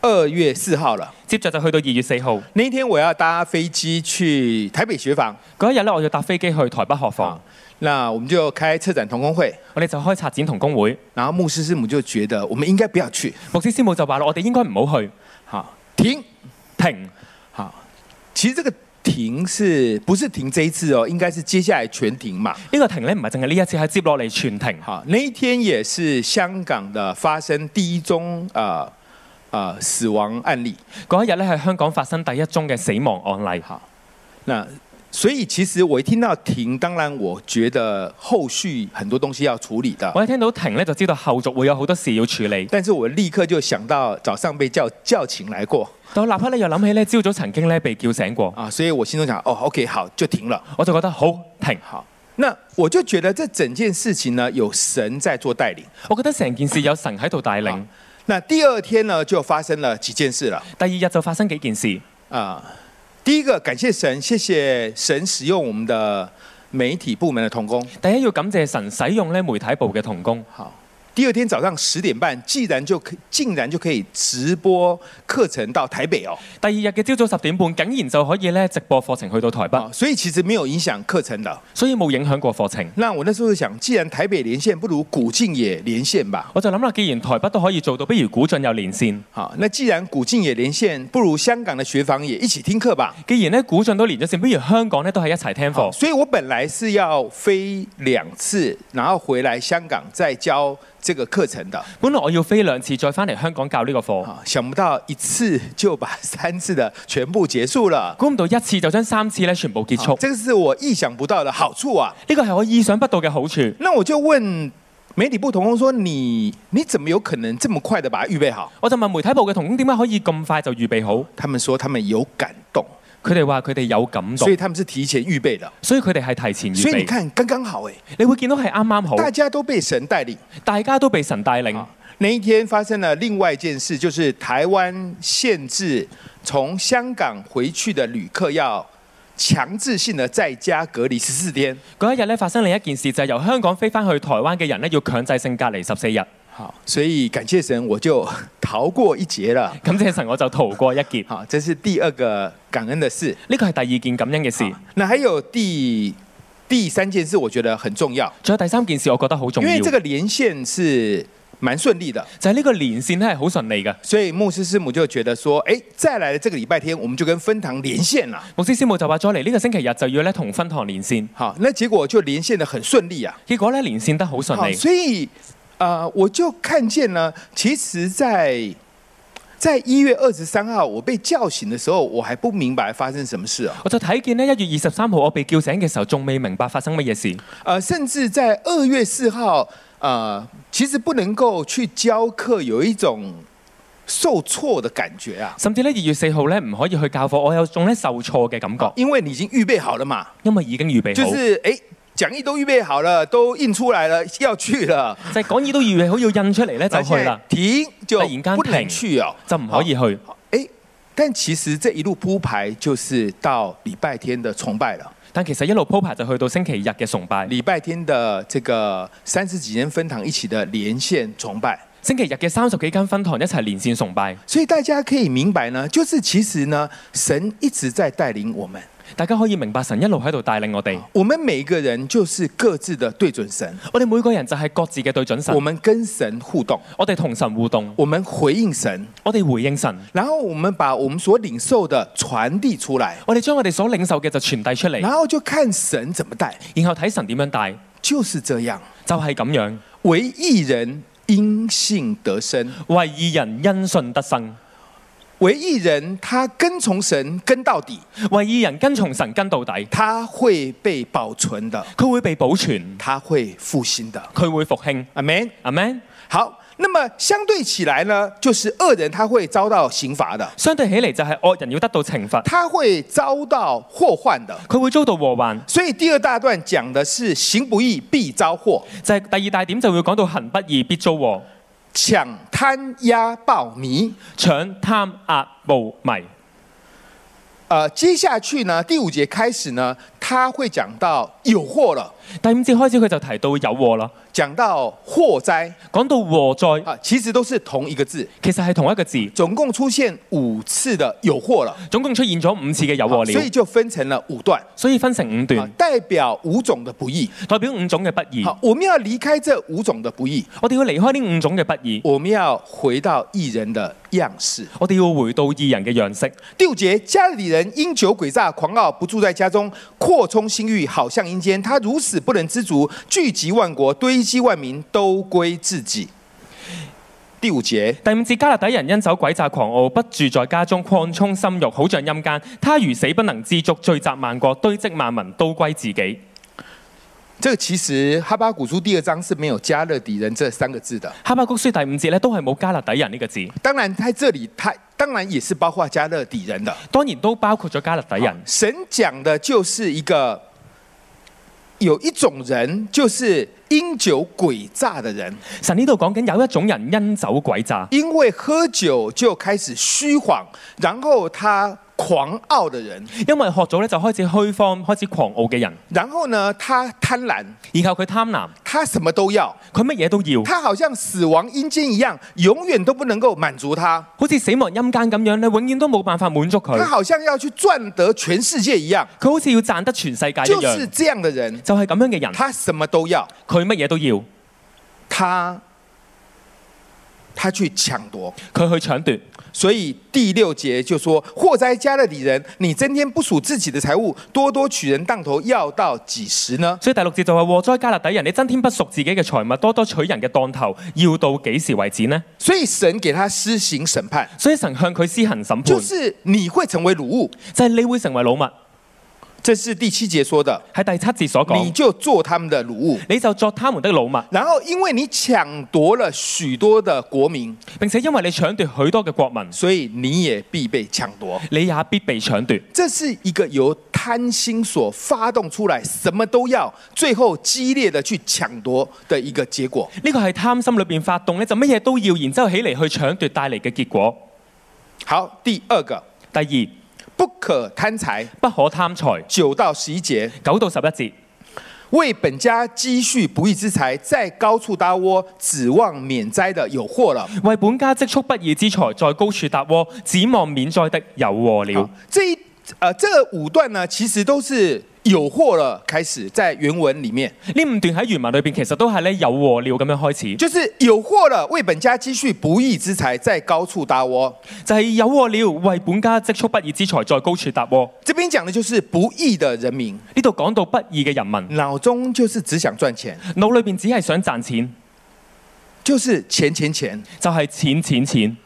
S2: 二月四號了。
S3: 接着就去到二月四號
S2: 那一天我要搭飞机去台北学房，
S3: 嗰一日咧，我要搭飛機去台北學
S2: 啊
S3: 房，
S2: 那我们就開策展同工會，
S3: 我哋就開策展同工會。
S2: 然後牧師師母就覺得我們應該不要去，
S3: 牧師師母就話啦：我哋應該唔好去，
S2: 好停，
S3: 停。
S2: 好，其實這個停是不是停這一次哦？應該是接下來全停嘛。
S3: 呢個停咧唔係淨係呢一次，係接落嚟全停。
S2: 好，那一天也是香港的發生第一宗呃呃死亡案例。
S3: 嗰一日咧係香港發生第一宗嘅死亡案例。
S2: 好，那所以其實我一聽到停，當然我覺得後續很多東西要處理的，
S3: 我一聽到停咧，就知道後續會有好多事要處理。
S2: 但是我立刻就想到早上被叫叫醒來過
S3: 但我立刻咧又諗起咧，朝早曾經咧被叫醒過，
S2: 啊，所以我心中想，哦，OK，好，就停了。
S3: 我就覺得好停。
S2: 好，那我就覺得這整件事情呢，有神在做帶領。
S3: 我覺得成件事有神喺度帶領
S2: 好。那第二天呢，就發生了幾件事了
S3: 第二日就發生幾件事。
S2: 啊、第一個，感謝神，謝謝神使用我們的媒體部門的同工。
S3: 第一要感謝神使用咧媒體部嘅童工。
S2: 好，第二天早上十点半，既然就可竟然就可以直播课程到台北哦，
S3: 第二日嘅朝早十點半，竟然就可以咧直播課程去到台北
S2: 啊，，所以其实没有影响课程的。
S3: 所以冇影響過課程。
S2: 那我那时候就想，既然台北连线，不如古晋也连线吧。
S3: 我就諗啦，既然台北都可以做到，不如古晉有連線。
S2: 好，哦那既然古晋也连线，不如香港的学房也一起听课吧。哦
S3: 既然咧古晉都連咗線，不如香港咧都係一齊聽課。
S2: 所以我本来是要飞两次，然后回来香港再教这个课程的。
S3: 本來我要飛兩次，再翻嚟香港教呢個課，
S2: 啊，想不到一次就把三次的全部结束了。
S3: 估唔到一次就將三次咧全部結束。
S2: 好这个是我意想不到的好处啊！
S3: 呢個係我意想不到嘅好處。
S2: 那我就问媒体部同工说：“你你怎么有可能这么快的把它预备好
S3: 我就問媒體部嘅同工點解可以咁快就預備好？？”
S2: 他们说他们有感动，
S3: 佢哋話佢哋有感動
S2: 所以，他们是提前预备的。
S3: 所以佢哋係提前預
S2: 所以你
S3: 備。
S2: 看，刚刚好哎，
S3: 你會見到係啱啱好，
S2: 大家都被神带领。
S3: 大家都被神帶領。
S2: 那一天发生了另外一件事，就是台湾限制从香港回去的旅客要强制性的在家隔离十四天。
S3: 嗰一日咧發生另一件事，就係、由香港飛翻去台灣嘅人咧要強制性隔離十四日。
S2: 好，所以感谢神，我就逃过一劫了。
S3: 感謝神，我就逃過一劫。
S2: 好，这是第二个感恩的事。
S3: 呢個係第二件感恩嘅事。
S2: 那还有第第三件事，我觉得很重要，
S3: 仲有第三件事，我覺得好重
S2: 因
S3: 要，
S2: 为这個連線是蛮顺利的。
S3: 就係呢個連線咧係好順利嘅。
S2: 所以牧师师母就觉得说，哎，再来的这个礼拜天，我们就跟分堂连线了。
S3: 牧師師母就話：再嚟呢個星期日就要咧同分堂連線。
S2: 好，那结果就连线的很顺利啊。
S3: 結果咧連線得好順
S2: 好，
S3: 利。
S2: 啊所以呃，我就看见呢，其实在，在一月二十三号我被叫醒的时候，我还不明白发生什么事啊。
S3: 我就睇見呢，一月二十三號我被叫醒嘅時候，仲未明白發生乜嘢事。
S2: 呃，甚至在二月四号，呃，其实不能够去教课，有一种受挫的感觉啊，
S3: 甚至咧二月四號咧唔可以去教課，我有種咧受挫嘅感覺，
S2: 因为你已经预备好了嘛，
S3: 因為已經預備
S2: 啊就
S3: 好，
S2: 是哎。讲义都预备好了，都印出来了，要去了。
S3: (laughs) 就係講義都預備好要印出嚟咧就
S2: 但
S3: 去
S2: 现
S3: 啦哎
S2: 在，停就
S3: 突然間
S2: 不能
S3: 停
S2: 去哦。
S3: 就唔可以去。
S2: 哎，但其实这一路铺排就是到礼拜天的崇拜了，
S3: 但其實一路鋪排就去到星期日嘅崇拜，
S2: 礼拜天的这个三十几间分堂一起的连线崇拜。
S3: 星期日嘅三十幾間分堂一齊連線崇拜，
S2: 所以大家可以明白呢，就是其实呢，神一直在带领我们，
S3: 大家可以明白神一路喺度帶領我哋，
S2: 我们每一个人就是各自的对准神，
S3: 我哋每個人就係各自嘅對準神
S2: 我，們跟神互動，
S3: 我哋同神互動，
S2: 我們回應神，
S3: 我哋回應神，
S2: 然後我們把我們所領受的傳遞出來，
S3: 我哋將我哋所領受嘅就傳遞出嚟，
S2: 然後就看神怎么帶，
S3: 然後睇神點樣帶，
S2: 就是这样。
S3: 就係咁樣，
S2: 唯一人因信得生，
S3: 為義人因信得生，
S2: 唯一人他跟从神跟到底，
S3: 為義人跟從神跟到底，
S2: 他会被保存的，
S3: 佢會被保存，
S2: 他会复兴的。
S3: 佢會復興。
S2: 阿门。
S3: 阿 Man，
S2: 好，那么相对起来呢，就是恶人他会遭到刑罚的，
S3: 相對起嚟就係惡人要得到懲罰，
S2: 他会遭到祸患的。
S3: 佢會遭到禍患。
S2: 所以第二大段讲的是行不义必遭祸，
S3: 就係、第二大點就會講到行不義必遭禍，
S2: 抢贪压暴迷。
S3: 搶貪壓暴迷。
S2: 呃，接下去呢，第五节开始呢，他会讲到有祸了，
S3: 第五節開始佢就提到有禍啦，
S2: 讲到祸灾
S3: 講到禍災，
S2: 啊，其实都是同一个字。
S3: 其實係同一個字，
S2: 总共出现五次的有祸了，
S3: 總共出現咗五次嘅有禍
S2: 所以
S3: 了，
S2: 就分成了五段，
S3: 所以分成五
S2: 啊
S3: 段，
S2: 代表五种的不义。
S3: 代表五種嘅不義。
S2: 好，我們要離開這五種的不義，
S3: 我哋要離開呢五種嘅不義，
S2: 我們要回到義人的樣式。
S3: 我哋要回到義人嘅樣式。
S2: 第五節，家里人因酒诡诈狂傲，不住在家中，扩充心欲，好像阴间。他如此不能知足，聚集万国，堆积万民，都归自己。第五节，
S3: 第五節，加勒底人因酒詭詐狂傲，不住在家中擴充心欲，好像陰間。他如死不能知足，聚集萬國，堆積萬民，都歸自己。
S2: 这个其實哈巴古書第二章是沒有加勒底人這三個字的。
S3: 哈巴谷書第五節咧都係冇加勒底人呢個字，
S2: 當然，在這裡，他当然也是包括加勒底人的。
S3: 當然都包括咗加勒底人。
S2: 神讲的就是一个有一种人，就是因酒诡诈的人，
S3: 神呢度講緊有一種人因酒詭詐，
S2: 因为喝酒就开始虚晃，然后他狂傲的人，
S3: 因為學咗咧就開始虛荒、開始狂傲嘅人，
S2: 然后呢，他贪婪，
S3: 然後佢貪婪，
S2: 他什么都要，
S3: 佢乜嘢都要，
S2: 他好像死亡阴间一样，永遠都不能够滿足他，
S3: 好似死亡陰間咁樣咧，永遠都冇辦法滿足佢
S2: 他。好像要去賺得全世界一樣，
S3: 佢好似要賺得全世界一
S2: 就是
S3: 樣，
S2: 這樣的人，
S3: 就係咁樣嘅人，
S2: 他什么都要，
S3: 佢乜嘢都要，
S2: 他他去搶奪。
S3: 佢去搶奪。
S2: 所以第六节就说：祸灾加勒底人，你增添不属自己的财物，多多取人当头，要到几时呢？
S3: 所以第六節就話禍災加勒底人，你增添不屬自己嘅財物，多多取人嘅當頭，要到幾時為止呢？
S2: 所以神给他施行审判，
S3: 所以神向佢施行審判，
S2: 就
S3: 就是
S2: 你会成为掳物。
S3: 係你會成為老物。
S2: 这是第七节说的，
S3: 喺第七節所
S2: 你
S3: 講，
S2: 就做他们的掳物。
S3: 你就作他們的老物。
S2: 然后，因为你抢夺了许多的国民，
S3: 並且因為你搶奪許多嘅國民，
S2: 所以你也必被抢夺。
S3: 你也必被搶奪。
S2: 这是一个由贪心所发动出来，什么都要，最后激烈的去抢夺的一个结果。
S3: 呢個係貪心裏邊發動咧，就乜嘢都要，然之後起嚟去搶奪帶嚟嘅結果。
S2: 好，第二个，
S3: 第二，
S2: 不可贪财。
S3: 不可貪財。
S2: 九到十一节，
S3: 九到十一節，
S2: 为本家积蓄不义之财，在高处搭窝，指望免灾的有祸了。
S3: 為本家積蓄不義之財，在高處搭窩，指望免災的有禍
S2: 好
S3: 了。，
S2: 这一呃这五段呢，其实都是有祸了开始，在原文里面
S3: 呢五段喺原文裏邊其實都係咧有禍了咁樣開始，
S2: 就是有祸了，为本家积蓄不义之财，在高处搭窝。
S3: 就係、有禍了，為本家積蓄不義之財，在高處搭窩。
S2: 这边讲的就是不义的人民，
S3: 呢度講到不義嘅人民，
S2: 脑中就是只想赚錢，
S3: 腦裏邊只係想賺錢，
S2: 就是錢錢錢。
S3: 就係、錢錢錢。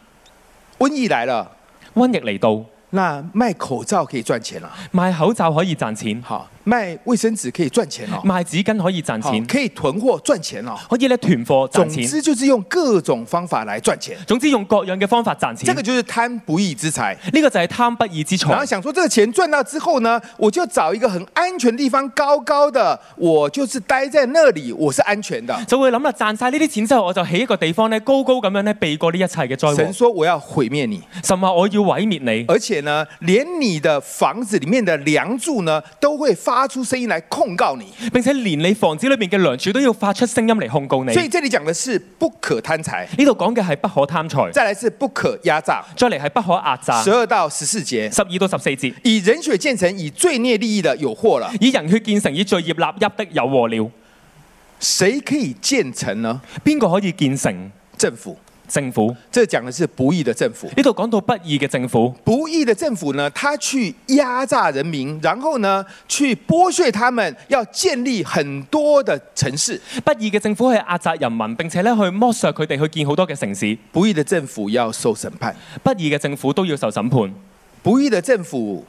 S2: 瘟疫来了，
S3: 瘟疫嚟到，
S2: 那卖口罩可以賺錢了，
S3: 賣口罩可以賺錢，
S2: 好，賣衛生紙可以賺錢了，
S3: 賣紙巾可以賺
S2: 好
S3: 錢，
S2: 可以囤貨賺錢了。
S3: 可以咧囤貨賺
S2: 總
S3: 錢。
S2: 之就是用各種方法來賺錢，
S3: 總之用各樣嘅方法賺
S2: 這個
S3: 錢。呢、
S2: 就是貪不義之財。
S3: 個就係貪不義之
S2: 然後
S3: 財。
S2: 想說，這個錢賺到之後呢，我就找一個很安全的地方，高高的，我就是待在那裡，我是安全的。
S3: 就會諗啦，賺晒呢啲錢之後，我就起一個地方咧，高高咁樣咧避過呢一切嘅災
S2: 神
S3: 禍。
S2: 說我要毀滅你，
S3: 神話我要毀滅你，
S2: 而且呢，連你的房子裡面的梁柱呢，都會發出聲音來控告你。
S3: 並且連你房子裏面嘅梁柱都要發出聲音嚟控告你。
S2: 所以這裡講的是不可貪財，
S3: 呢度講嘅係不可貪財，
S2: 再來是不可壓榨。
S3: 再嚟係不可壓榨。
S2: 十二到十四節，
S3: 十二到十四節，
S2: 以人血建成，以罪孽利益的有禍了。
S3: 以人血建成，以罪孽立邑的有禍了。
S2: 誰可以建成呢？
S3: 邊個可以建成
S2: 政府。
S3: 政府？
S2: 這講的是不義的政府。
S3: 呢度講到不義嘅政府，
S2: 不義的政府呢，他去压榨人民，然后呢，去剥削他们，要建立很多的城市。
S3: 不義嘅政府係壓榨人民，並且咧去剝削佢哋去建好多嘅城市。
S2: 不義的政府要受審判，
S3: 不義嘅政府都要受審判。
S2: 不義的政府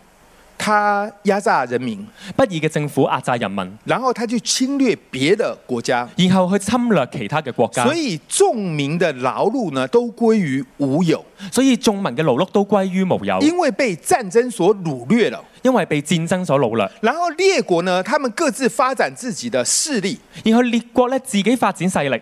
S2: 他压榨人民，
S3: 不義嘅政府壓榨人民，
S2: 然后他去侵略别的国家，
S3: 然後去侵略其他嘅國家，
S2: 所以众民的劳碌呢都归于无有，
S3: 所以眾民嘅勞碌都歸於無有，
S2: 因为被戰爭所掳掠了。
S3: 因為被戰爭所掳掠。
S2: 然后列国呢，他们各自发展自己的势力，
S3: 然後列國咧自己發展勢力，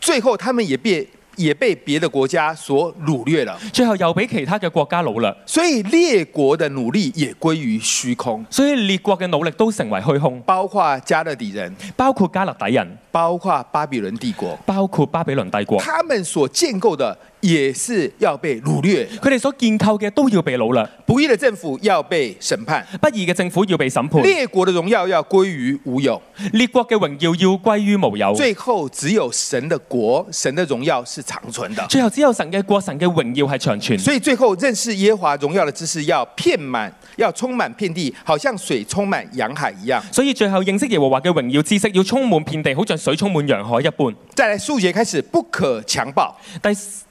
S2: 最后他们也被也被别的国家所掳掠了。
S3: 最後又俾其他嘅國家掳掠，
S2: 所以列国的努力也归于虚空，
S3: 所以列國嘅努力都成為虛空，
S2: 包括加勒底人，
S3: 包括加勒底人，
S2: 包括巴比伦帝国，
S3: 包括巴比倫帝國，
S2: 他们所建构的也是要被掳掠，
S3: 佢哋所建構嘅都要被掳掠，
S2: 不义的政府要被审判，
S3: 不義嘅政府要被審判，
S2: 列国的荣耀要归于无有，
S3: 列國嘅榮耀要歸於無有。
S2: 最后只有神的国、神的荣耀是长存的。
S3: 最後只有神嘅國、神嘅榮耀係長存。
S2: 所以最后认识耶和华荣耀的知识要遍满，要充满遍地，好像水充满洋海一样。
S3: 所以最後認識耶和華嘅榮耀知識要充滿遍地，好像水充滿洋海一般。
S2: 再来十五节开始，不可强暴。
S3: 第四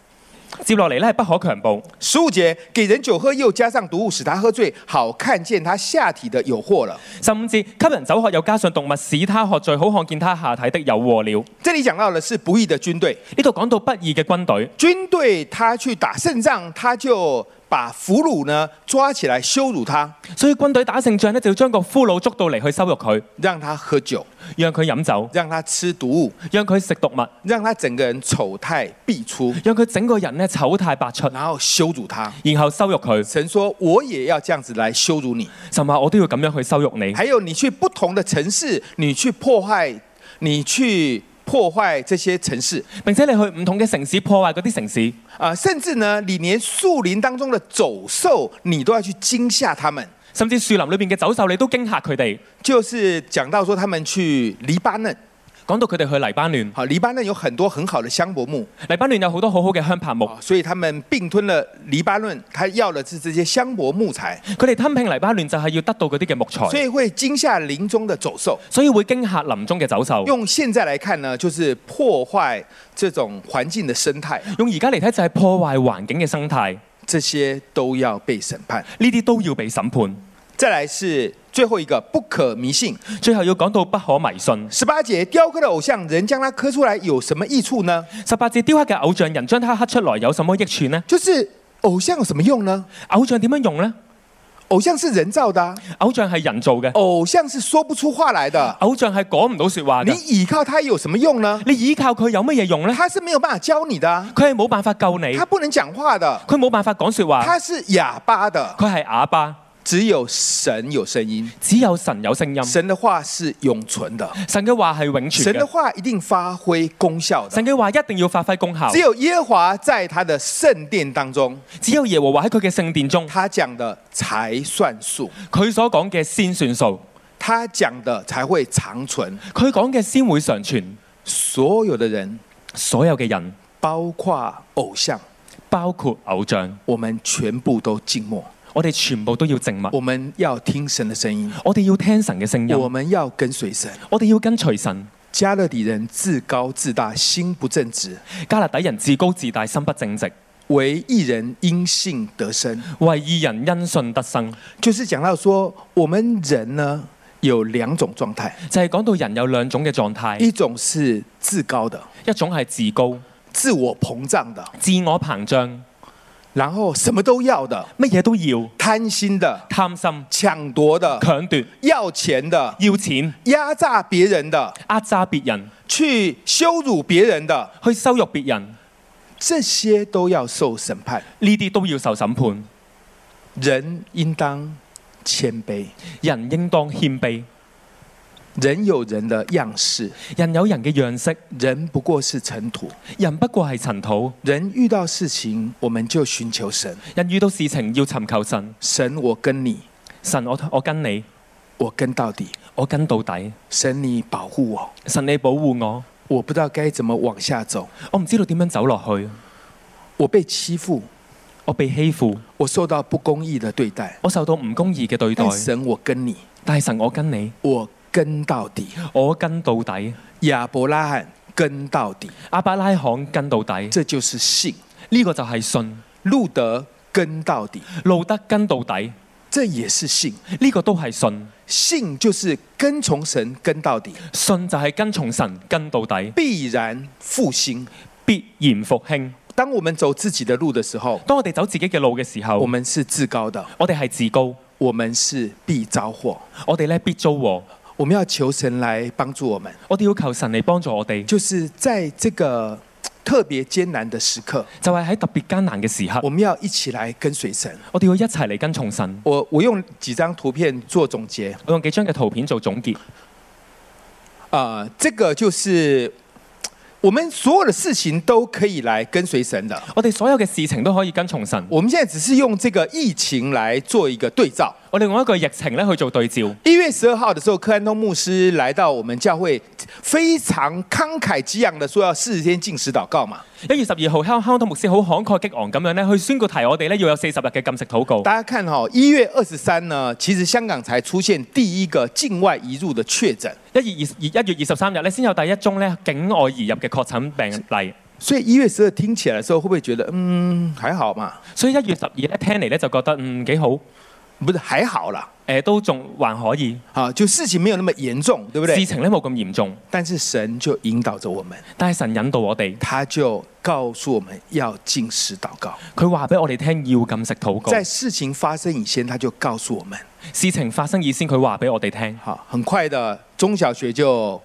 S3: 接落嚟咧係不可強暴。
S2: 十五节给人酒喝，又加上毒物，使他喝醉，好看见他下体的有祸了。
S3: 十五節給人酒喝，又加上動物，使他喝醉，好看見他下體的有禍了。
S2: 这里讲到的是不义的军队，
S3: 呢度講到不義嘅軍隊，
S2: 军队他去打胜仗，他就把俘虏呢抓起来羞辱他，
S3: 所以軍隊打勝仗咧，就要將個俘虜捉到嚟去羞辱佢，
S2: 让他喝酒，
S3: 讓佢飲酒，
S2: 让他吃毒物，
S3: 讓佢食毒物，
S2: 让他整个人丑态必出，
S3: 讓佢整個人咧醜態百出，
S2: 然后羞辱他。
S3: 然後羞辱佢。
S2: 神说：“我也要这样子来羞辱你。”
S3: 神話我都要咁樣去羞辱你。
S2: 还有你去不同的城市，你去破坏，你去破坏这些城市
S3: 並且你去唔同嘅城市破壞嗰啲城市，
S2: 啊、甚至呢，你连树林当中的走兽，你都要去惊吓他们。
S3: 甚至樹林裏邊嘅走獸，你都驚嚇佢哋。
S2: 就是讲到说他们去黎巴嫩，
S3: 講到佢哋去黎巴嫩，
S2: 好，黎巴嫩有很多很好的香柏木
S3: 黎巴嫩有好多好好嘅香柏木，
S2: 啊，所以他们并吞了黎巴嫩，他要的是这些香柏木材，
S3: 佢哋吞併黎巴嫩就係要得到嗰啲嘅木
S2: 所
S3: 材，
S2: 以會惊吓林中的走兽。
S3: 所以會驚嚇林中嘅走獸。
S2: 用现在来看呢，就是破坏这种环境的生态，
S3: 用而家嚟睇就係破壞環境嘅生態，呢
S2: 这些都要被审判。
S3: 啲都要被審判。
S2: 再来是最后一个，不可迷信。
S3: 最後要講到不可迷信。
S2: 十八节，雕刻的偶像，人将它刻出来有什么益处呢？
S3: 十八節雕刻嘅偶像人將它刻出來有什麼益處呢？
S2: 就是偶像有什么用呢？
S3: 偶像點樣用呢？
S2: 偶像是人造的啊、
S3: 偶像係人造嘅，
S2: 偶像是说不出话来的。
S3: 偶像係講唔到説話
S2: 你
S3: 嘅。
S2: 倚靠它有什么用呢？
S3: 你依靠佢有乜嘢用呢？
S2: 它是没有办法教你的啊、
S3: 佢係冇辦法救你，
S2: 它不能讲话的，
S3: 佢冇辦法講説話，
S2: 它是哑巴的。
S3: 佢係啞巴，
S2: 只有神有声音，
S3: 只有神有聲音。
S2: 神的话是永存的，
S3: 神嘅話係永
S2: 神嗯
S3: 存
S2: 的
S3: 嘅，
S2: 话一定发挥功效的
S3: 神。嘅話一定要發揮功效
S2: 只。有耶和华在他的圣殿当中，
S3: 只有耶和華喺佢嘅聖殿中，
S2: 他讲的才算数。
S3: 佢所講嘅先算數，
S2: 他讲的才会长存。
S3: 佢講嘅先會常存。
S2: 所有的人，
S3: 所有嘅人，
S2: 包括偶像，
S3: 包括偶像，
S2: 我们全部都静默，
S3: 我哋全部都要靜默。
S2: 我们要听神的声音，
S3: 我哋要聽神嘅聲音，
S2: 我们要跟随神。
S3: 我哋要跟隨神。
S2: 加勒底人自高自大，心不正直，
S3: 加勒底人自高自大，心不正直，
S2: 唯一人因信得生。
S3: 為義人因信得生。
S2: 就是讲到说，我们人呢有两种状态，
S3: 就係講到人有兩種嘅狀態，
S2: 一种是自高的、
S3: 一種係自高、
S2: 自我膨胀的，
S3: 自我膨脹，
S2: 然后什么都要的、
S3: 乜嘢都要，
S2: 贪心的、
S3: 貪心、
S2: 抢夺的、
S3: 搶奪、
S2: 要钱的、
S3: 要錢、
S2: 压榨别人的、
S3: 壓榨別人、
S2: 去羞辱别人的，
S3: 去羞辱別人，
S2: 这些都要受审判。
S3: 呢啲都要受審判。
S2: 人应当谦卑，
S3: 人應當謙卑，
S2: 人有人的样式，
S3: 人有人嘅樣式，
S2: 人不過是尘土。
S3: 人不過係塵土。
S2: 人遇到事情，我们就寻求神。
S3: 人遇到事情要尋求神，
S2: 神，我跟你，
S3: 神我我跟你，
S2: 我跟到底。
S3: 我跟到底，
S2: 神，你保护我。
S3: 神你保護我，
S2: 我不知道该怎么往下走，
S3: 我唔知道點樣走落去，
S2: 我被欺负，
S3: 我被欺負，
S2: 我受到不公义的对待。
S3: 我受到唔公義嘅對待
S2: 但，神，我跟你，
S3: 但係神我跟你，
S2: 我跟到底。
S3: 我跟到底。
S2: 亚伯拉罕跟到底，
S3: 阿伯拉罕跟到底，呢、
S2: 这就是信。
S3: 個就係信；
S2: 路德跟到底，
S3: 路德跟到底，呢、
S2: 这也是信。
S3: 個都係信。
S2: 信就是跟从神跟到底，
S3: 信就係跟從神跟到底，
S2: 必然复兴。
S3: 必然復興。
S2: 当我们走自己的路的时候，
S3: 當我哋走自己嘅路嘅時候，
S2: 我
S3: 我
S2: 们是至高的，
S3: 哋係自高，
S2: 我们是必遭祸。
S3: 我哋咧必遭禍。
S2: 我们要求神来帮助我们，
S3: 我哋要求神嚟幫助我哋，
S2: 就是在这个嘖特别艰难的时刻，
S3: 就係喺特別艱難嘅時刻
S2: 我，们要一起来跟随神。
S3: 我哋要一齊嚟跟從神。
S2: 我我用几张图片做总结
S3: 我用幾張嘅圖片做總結，
S2: 啊、呃这个就是嘖我们所有的事情都可以来跟随神的。
S3: 我哋所有嘅事情都可以跟從神。
S2: 我们现在只是用这个疫情来做一个对照。
S3: 我哋用一個疫情咧去做對照。
S2: 一月十二号的时候，柯安东牧师来到我们教会，非常慷慨激昂的说要四十天禁食祷告嘛。
S3: 一月十二號，香香通牧師好慷慨激昂咁樣咧，去宣告提我哋咧要有四十日嘅禁食禱告。
S2: 大家看哈、哦，一月二十三呢，其实香港才出现第一个境外移入的确诊，
S3: 一月二二一月二十三日咧，先有第一宗咧境外移入嘅確診病例，
S2: 所以一月十二听起来的时候，会不会觉得嗯还好嘛？
S3: 所以一月十二咧聽嚟咧就覺得嗯幾好，誒、
S2: 不是还好啦，
S3: 都仲還可以，
S2: 啊，就事情没有那么严重，对不
S3: 事
S2: 对？
S3: 情咧冇咁嚴重，
S2: 但是神就引导着我们，
S3: 但係神引導我哋，
S2: 他就告诉我们要禁食祷告，
S3: 佢話俾我哋聽要禁食禱告
S2: 在。事情发生以前，他就告诉我们。
S3: 事情發生以先，佢話俾我哋聽。
S2: 好，很快的，中小学就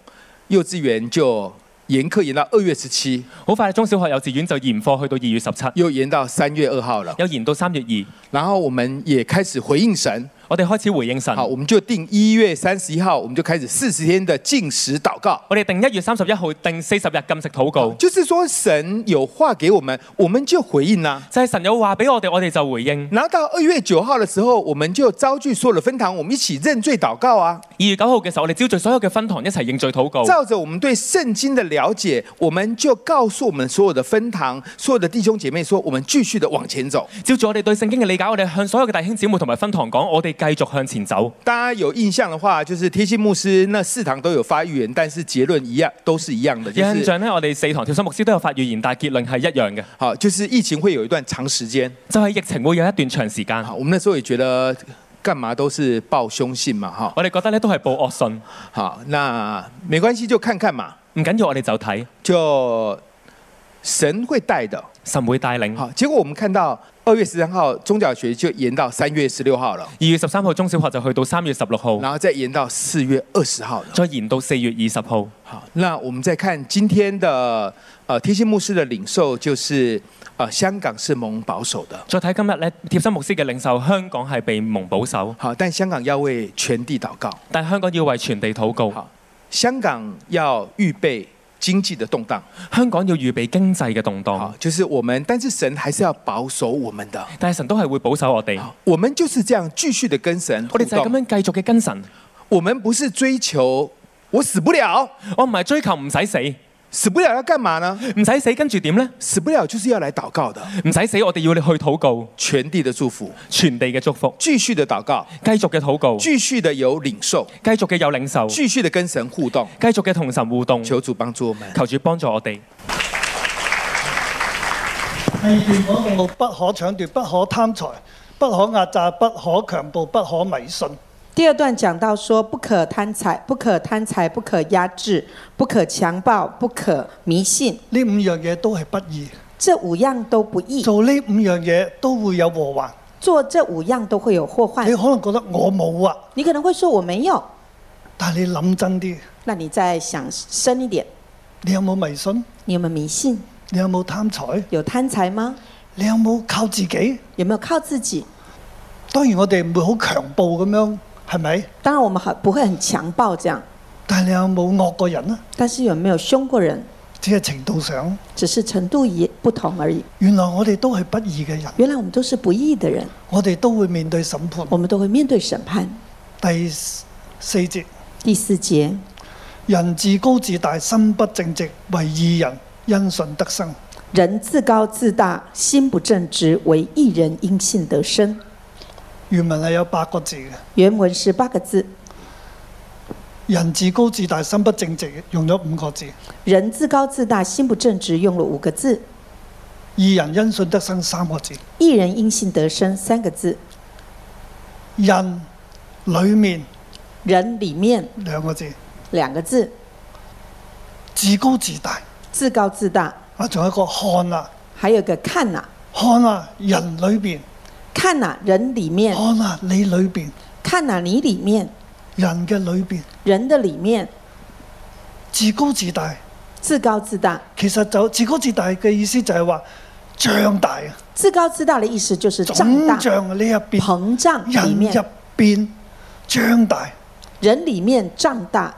S2: 幼稚园就延课延到二月十七，
S3: 好快，中小學幼稚園就延課去到二月十七，
S2: 又延到三月二号了。
S3: 又延到三月二。
S2: 然后我們也開始回應神，
S3: 我哋開始回應神。
S2: 好，我們就定一月三十一號，我們就開始四十天的禁食禱告。
S3: 我哋定一月三十一號定四十日禁食禱告，
S2: 就是說，神有話給我們，我們就回應啦、
S3: 就係神有話俾我哋，我哋就回應。
S2: 然後到二月九號的時候，我們就招聚所有的分堂，我們一起認罪禱告啊。
S3: 二月九號嘅時候，我哋招聚所有嘅分堂一齊認罪禱告。
S2: 照着我們對聖經的了解，我們就告訴我們所有的分堂、所有的弟兄姐妹說，我們繼續的往前走。
S3: 照住我哋對聖經嘅理解，我哋向所有嘅弟兄姊妹同埋分堂講，我哋繼續向前走。
S2: 大家有印象的話，就是贴心牧師那四堂都有發預言，但是結論一樣，都是一樣的，就
S3: 有印
S2: 是
S3: 象呢，我哋四堂跳心牧師都有發預言，但係結論係一樣嘅，
S2: 好，就是疫情會有一段長時間。
S3: 就係、疫情會有一段長時間
S2: 好，。我们那时候也觉得干嘛都是报凶信嘛，哈，
S3: 我哋覺得咧都係報惡信，
S2: 好，那没关系，就看看嘛，
S3: 唔緊要，我哋就睇
S2: 就神会带的。
S3: 神會帶領。
S2: 好，结果我们看到二月十三号中小学就延到三月十六号了，
S3: 二月十三號中小學就去到三月十六號，
S2: 然后再延到四月二十号了。
S3: 再延到四月二十號。
S2: 好，那我们再看今天的呃贴心牧师的领受，就是呃香港是蒙保守的，
S3: 再睇今日咧，貼心牧師嘅領袖，香港係被蒙保守，
S2: 好，但香港要为全地祷告，
S3: 但香港要為全地禱告。
S2: 好香港要预备经济的动荡。
S3: 香港要預備經濟嘅動盪，
S2: 好，就是我们，但是神还是要保守我们的。
S3: 但係神都係會保守我哋。
S2: 我们就是这样继续的跟神
S3: 我
S2: 互
S3: 哋就係咁
S2: 动。
S3: 樣繼續嘅跟神，
S2: 我们不是追求我死不了，
S3: 我唔係追求唔使死，唔
S2: 死不了要干嘛呢？
S3: 使死跟住點呢？
S2: 死不了就是要来祷告的，
S3: 唔使死，我哋要你去禱告，
S2: 全地的祝福，
S3: 全地嘅祝福，
S2: 继续的祷告，
S3: 繼續嘅禱告，繼
S2: 继续的有领受，
S3: 續嘅有領受，
S2: 继续的跟神互动，
S3: 繼續嘅同神互動，
S2: 求主帮助我们。
S3: 求主幫助我哋。
S4: 係願嗰度不可搶奪、不可貪財、不可壓榨、不可強暴、不可迷信。
S5: 第二段讲到说，不可贪财，不可贪财，不可压制，不可强暴，不可迷信，
S4: 呢五樣嘢都係不義，
S5: 这五样都不易。
S4: 做呢五樣嘢都會有禍患。
S5: 做這五樣都會有禍患
S4: 你。可能覺得我冇啊，
S5: 你可能會說我沒有，
S4: 但係你諗真啲，
S5: 那你再想深一點，
S4: 你有冇迷信？
S5: 你有沒有迷信？
S4: 你有冇貪財？
S5: 有貪財嗎？
S4: 你有冇靠自己？
S5: 有沒有靠自己？
S4: 當然我哋唔會好強暴咁樣，係咪？
S5: 當然我們很不會很強暴這樣，
S4: 但係你有冇惡過人啊？
S5: 但是有沒有兇過人，
S4: 只係程度上，
S5: 只是程度也不同而已。
S4: 原來我哋都係不義嘅人，
S5: 原來我們都是不義的人，
S4: 我哋都會面對審判。
S5: 我們都會面對審判。
S4: 第四節。
S5: 第四節，
S4: 人自高自大，心不正直，為義人因信得生。
S5: 人自高自大，心不正直，唯義人因信得生。
S4: 原文係有八個字嘅。
S5: 原文是八個字，
S4: 人自高自大，心不正直，用咗五個字。
S5: 人自高自大，心不正直，用了五個字。
S4: 義人因信得生三個字。
S5: 一人因信得生三个字，
S4: 人裡面
S5: 人里面
S4: 兩個字，
S5: 两个字，
S4: 自高自大。
S5: 自高自大，
S4: 啊，仲有一個看啊，
S5: 还有个看呐、
S4: 看啊，人裏邊，
S5: 看呐、人里面，
S4: 看啊，你裏邊，
S5: 看呐、你里面，
S4: 人嘅裏邊，
S5: 人的里面，
S4: 自高自大。
S5: 自高自大，
S4: 其實就自高自大嘅意思就係話脹大啊，
S5: 自高自大的意思就是胀
S4: 腫
S5: 大、
S4: 脹啊，你入邊，
S5: 膨胀里
S4: 人入
S5: 面，
S4: 邊脹大。
S5: 人里面胀大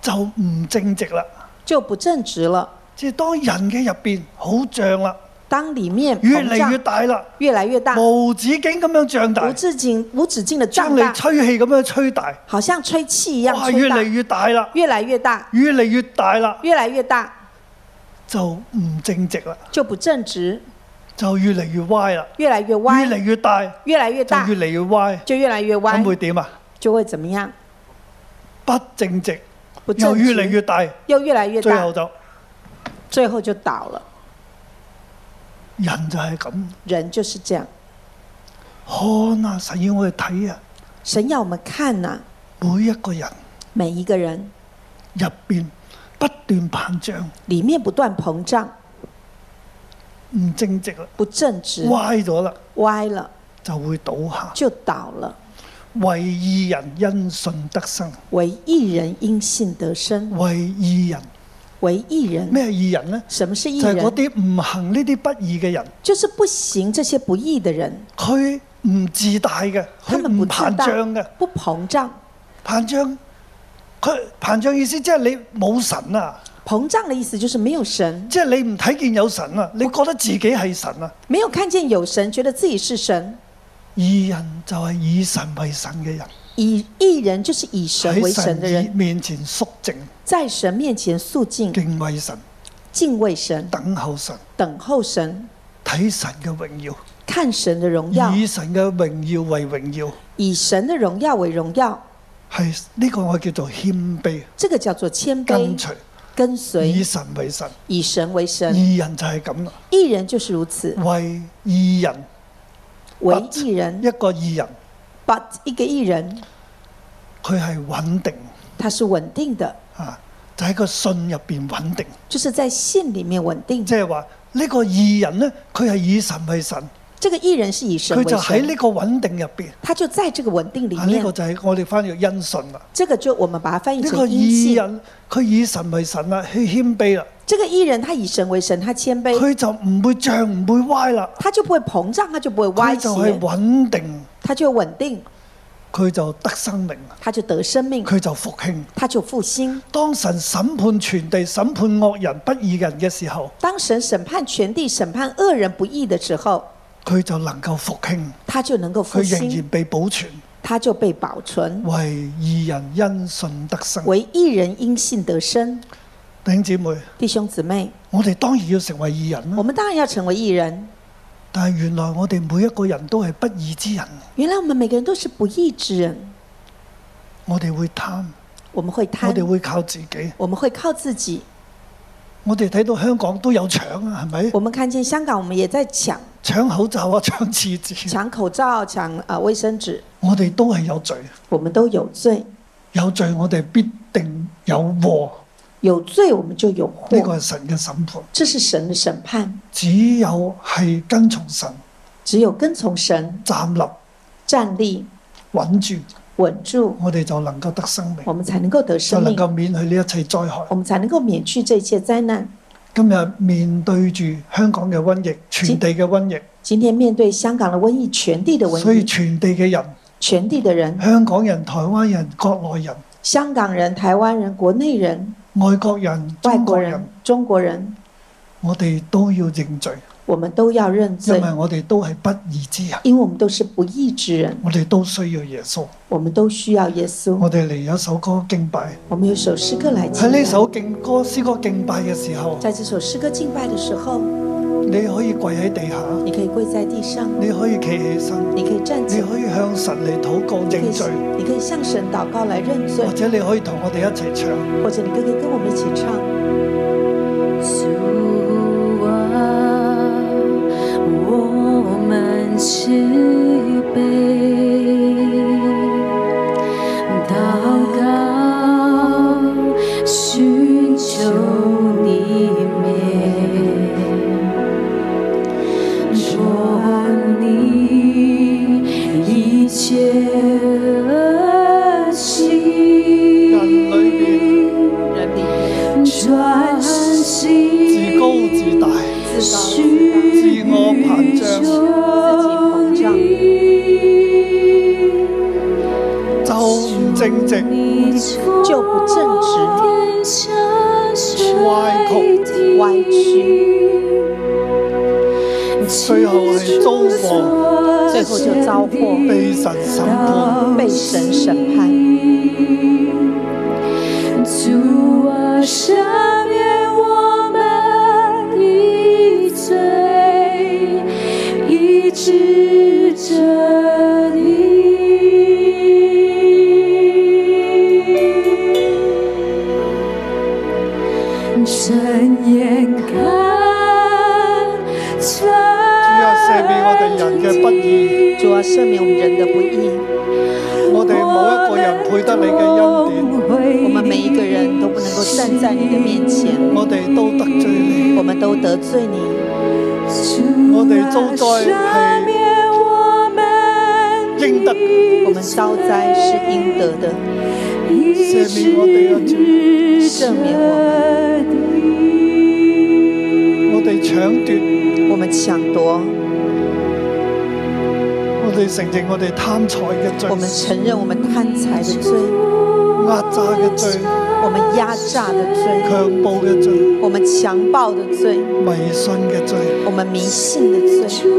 S4: 就唔正直啦。
S5: 就不正直了。
S4: 即係當人嘅入邊好脹啦，
S5: 当里面
S4: 越
S5: 膨
S4: 嚟
S5: 胀
S4: 越大啦，
S5: 越来越大，
S4: 無止境咁樣脹
S5: 无
S4: 大，
S5: 止境、无止境的
S4: 將
S5: 胀
S4: 你
S5: 啊大，
S4: 吹氣咁樣吹大，
S5: 好像吹气一样
S4: 哇！
S5: 吹
S4: 越
S5: 大
S4: 嚟，越大啦，
S5: 越来越大，
S4: 越嚟越大啦，
S5: 越来越大
S4: 就唔正直啦，
S5: 就不正直，
S4: 就越嚟越歪啦，
S5: 越来越
S4: 越
S5: 歪，
S4: 嚟越大就
S5: 越来越大
S4: 越。嚟越歪，
S5: 就越来越歪
S4: 咁，會點啊？
S5: 就会怎么样？
S4: 不正直，
S5: 不正
S4: 又
S5: 直
S4: 越嚟越大，
S5: 又越来越
S4: 最
S5: 大，
S4: 後就
S5: 最後就倒了。
S4: 人就係咁。
S5: 人就是这样，
S4: 看啊，神要我哋睇啊，
S5: 神要我们看呐、
S4: 每一個人
S5: 每一个人
S4: 入邊不斷膨脹，
S5: 里面不断膨胀，
S4: 唔正直啦，
S5: 不正直，
S4: 歪咗啦。
S5: 歪了
S4: 就會倒下。
S5: 就倒了。
S4: 為義人因信得生，
S5: 唯一人因信得生，
S4: 為義人
S5: 唯一人，
S4: 咩義人呢？
S5: 什么是
S4: 就
S5: 义
S4: 係嗰
S5: 人？
S4: 啲唔行呢啲不義嘅人，
S5: 就是不行这些不义的人，
S4: 佢唔自大嘅，
S5: 他
S4: 佢
S5: 们不
S4: 唔
S5: 自
S4: 膨
S5: 大
S4: 脹嘅，，
S5: 不膨胀。
S4: 膨脹佢膨脹意思即係你冇神啊，
S5: 膨胀的意思就是没有神，
S4: 即係你唔睇見有神啊，你覺得自己係神啊。
S5: 没有看见有神，觉得自己是神。
S4: 義人就係以神為神嘅人，
S5: 以义人就是以神为
S4: 喺
S5: 神
S4: 神
S5: 的人
S4: 以，面前肅靜，
S5: 在神面前肃静，
S4: 敬畏神，
S5: 敬畏神，
S4: 等候神，
S5: 等候神，
S4: 睇神嘅榮
S5: 看神的荣耀
S4: 耀，，以神嘅榮耀為榮耀。
S5: 以神的荣耀为荣耀，
S4: 係呢、個我叫做謙卑
S5: 这个叫做谦
S4: 跟
S5: 卑，
S4: 隨，
S5: 跟
S4: 以
S5: 随
S4: 神為神。
S5: 以神为神。
S4: 義人就係咁啦，
S5: 一人就是如此，
S4: 為義人
S5: 为
S4: But-
S5: 一人
S4: 一個義人，
S5: ，but 一个一人，
S4: 佢係穩定
S5: 他是稳定的，
S4: 啊，就喺個信入邊穩定，
S5: 就是在信里面稳定
S4: 即。係話呢個義人呢，佢係以神為神，
S5: 这个一人是以神
S4: 佢
S5: 为
S4: 就喺呢
S5: 神，
S4: 個穩定入邊。
S5: 他就在这个稳定里
S4: 啊！呢、
S5: 面
S4: 個。就係我哋翻譯因信啦。
S5: 这个就我们把它翻译
S4: 呢、個
S5: 成因
S4: 義
S5: 信。
S4: 人佢以神為神啦，佢謙卑啦，
S5: 这个一人他以神为神，他谦卑，
S4: 佢就唔會漲，唔會歪啦，
S5: 他就不会膨胀，他就不会歪啊
S4: 佢就係
S5: 斜，
S4: 穩定，
S5: 他就稳定，
S4: 佢就得生命啦，
S5: 他就得生命。
S4: 佢就復興。
S5: 他就复兴。
S4: 當神審判全地、審判惡人、不義人嘅時候，
S5: 当神审判全地、审判恶人不义的时候，
S4: 佢就能夠復興，
S5: 他就能够复
S4: 佢仍
S5: 兴
S4: 然，被保存。
S5: 他就被保存。
S4: 為義人因信得生。
S5: 为一人因信得生，
S4: 弟兄姊妹，
S5: 弟兄姊妹，
S4: 我哋當然要成為義人
S5: 我
S4: 啦，
S5: 们当然要成为一人。
S4: 但係原來我哋每一個人都係不義之人，
S5: 原来我们每个人都是不义之人，
S4: 我哋會貪，
S5: 我们会
S4: 我
S5: 贪，
S4: 哋會靠自己。
S5: 我们会靠自己。
S4: 我哋睇到香港都有搶啊，係咪？
S5: 我们看见香港，我们也在抢
S4: 搶口罩啊， (laughs) 搶廁紙，
S5: 抢口罩、抢啊卫生纸，
S4: 我哋都係有罪，
S5: 我们都有罪，
S4: 有罪我哋必定有禍。
S5: 有罪我们就有
S4: 呢個
S5: 祸。
S4: 係神嘅審判。
S5: 这是神的审判，
S4: 只有係跟從神
S5: 只有跟从神
S4: 站立
S5: 站立
S4: 穩住，
S5: 稳住，
S4: 我哋就能夠得哦生命，
S5: 我们才能够得
S4: 就
S5: 生
S4: 能
S5: 命，
S4: 夠免去呢一切災害
S5: 我。们才能够免去这一切灾难。
S4: 今日面對住香港嘅瘟疫，全地嘅瘟疫，
S5: 今天面对香港的瘟疫，全地的
S4: 所
S5: 瘟
S4: 以
S5: 疫，
S4: 全地嘅人，
S5: 全地的人，
S4: 香港人、台灣人、國內人、
S5: 香港人、台湾人、国内人、
S4: 外國人、
S5: 外
S4: 中
S5: 国
S4: 國
S5: 人
S4: 人，、
S5: 中国人，
S4: 我哋都要認罪，
S5: 我们都要认
S4: 因
S5: 罪，
S4: 為我哋都係不義之人，
S5: 因为我們都是不义之人，
S4: 我哋都需要耶穌。
S5: 我们都需要耶稣。
S4: 我哋嚟一首歌敬拜，
S5: 我们有一首诗歌来
S4: 喺
S5: 敬
S4: 呢
S5: 拜，
S4: 首敬歌詩歌敬拜嘅時候，
S5: 在这首诗歌敬拜的时候，
S4: 你可以跪喺地下，
S5: 你可以跪在地上，
S4: 你可以企起身。
S5: 你可以站起
S4: 你
S5: 来，
S4: 可以向神嚟禱告
S5: 你可
S4: 認罪，
S5: 以你可以向神祷告来认罪
S4: 或，者你可以同我哋一齊唱。
S5: 或者你可以跟我们一起唱。
S6: 主啊，我们慈悲，祷告寻求你美，说你一切恶
S4: 人裏
S6: 行。专心
S4: 自高自大，
S6: 寻
S4: 我膨胀
S6: 求
S4: 就唔正直，
S6: 你，
S5: 就不正
S6: 直，
S4: 歪
S6: 曲
S5: 歪
S6: 曲，
S4: 最後係遭禍，
S5: 最后就遭祸
S4: 被神審判。
S5: 被神审判。
S6: 主啊，赦免我们的罪，医治着你，睁眼看，主
S4: 啊赦免我哋人嘅不義
S5: 主啊，赦免我们人的不义，
S4: 我哋冇一個人配得你嘅恩典，
S6: 典
S5: 我们每一个人都不能够站在你的面前，
S4: 我哋都得罪你。
S5: 我们都得罪你，
S4: 我哋遭災係應得，
S5: 我们遭灾是应得的。
S6: 赦
S4: 免我哋嘅罪
S6: 赦
S5: 免
S6: 我
S4: 我哋搶奪，
S5: 我们搶奪，
S4: 我哋承認我哋貪財嘅罪
S5: 我，们承认我们贪财的罪，
S4: 壓榨嘅罪，
S5: 我们压榨的罪，
S4: 強暴嘅罪，
S5: 我们强暴的罪，
S4: 迷信嘅罪，
S5: 我们迷信的罪，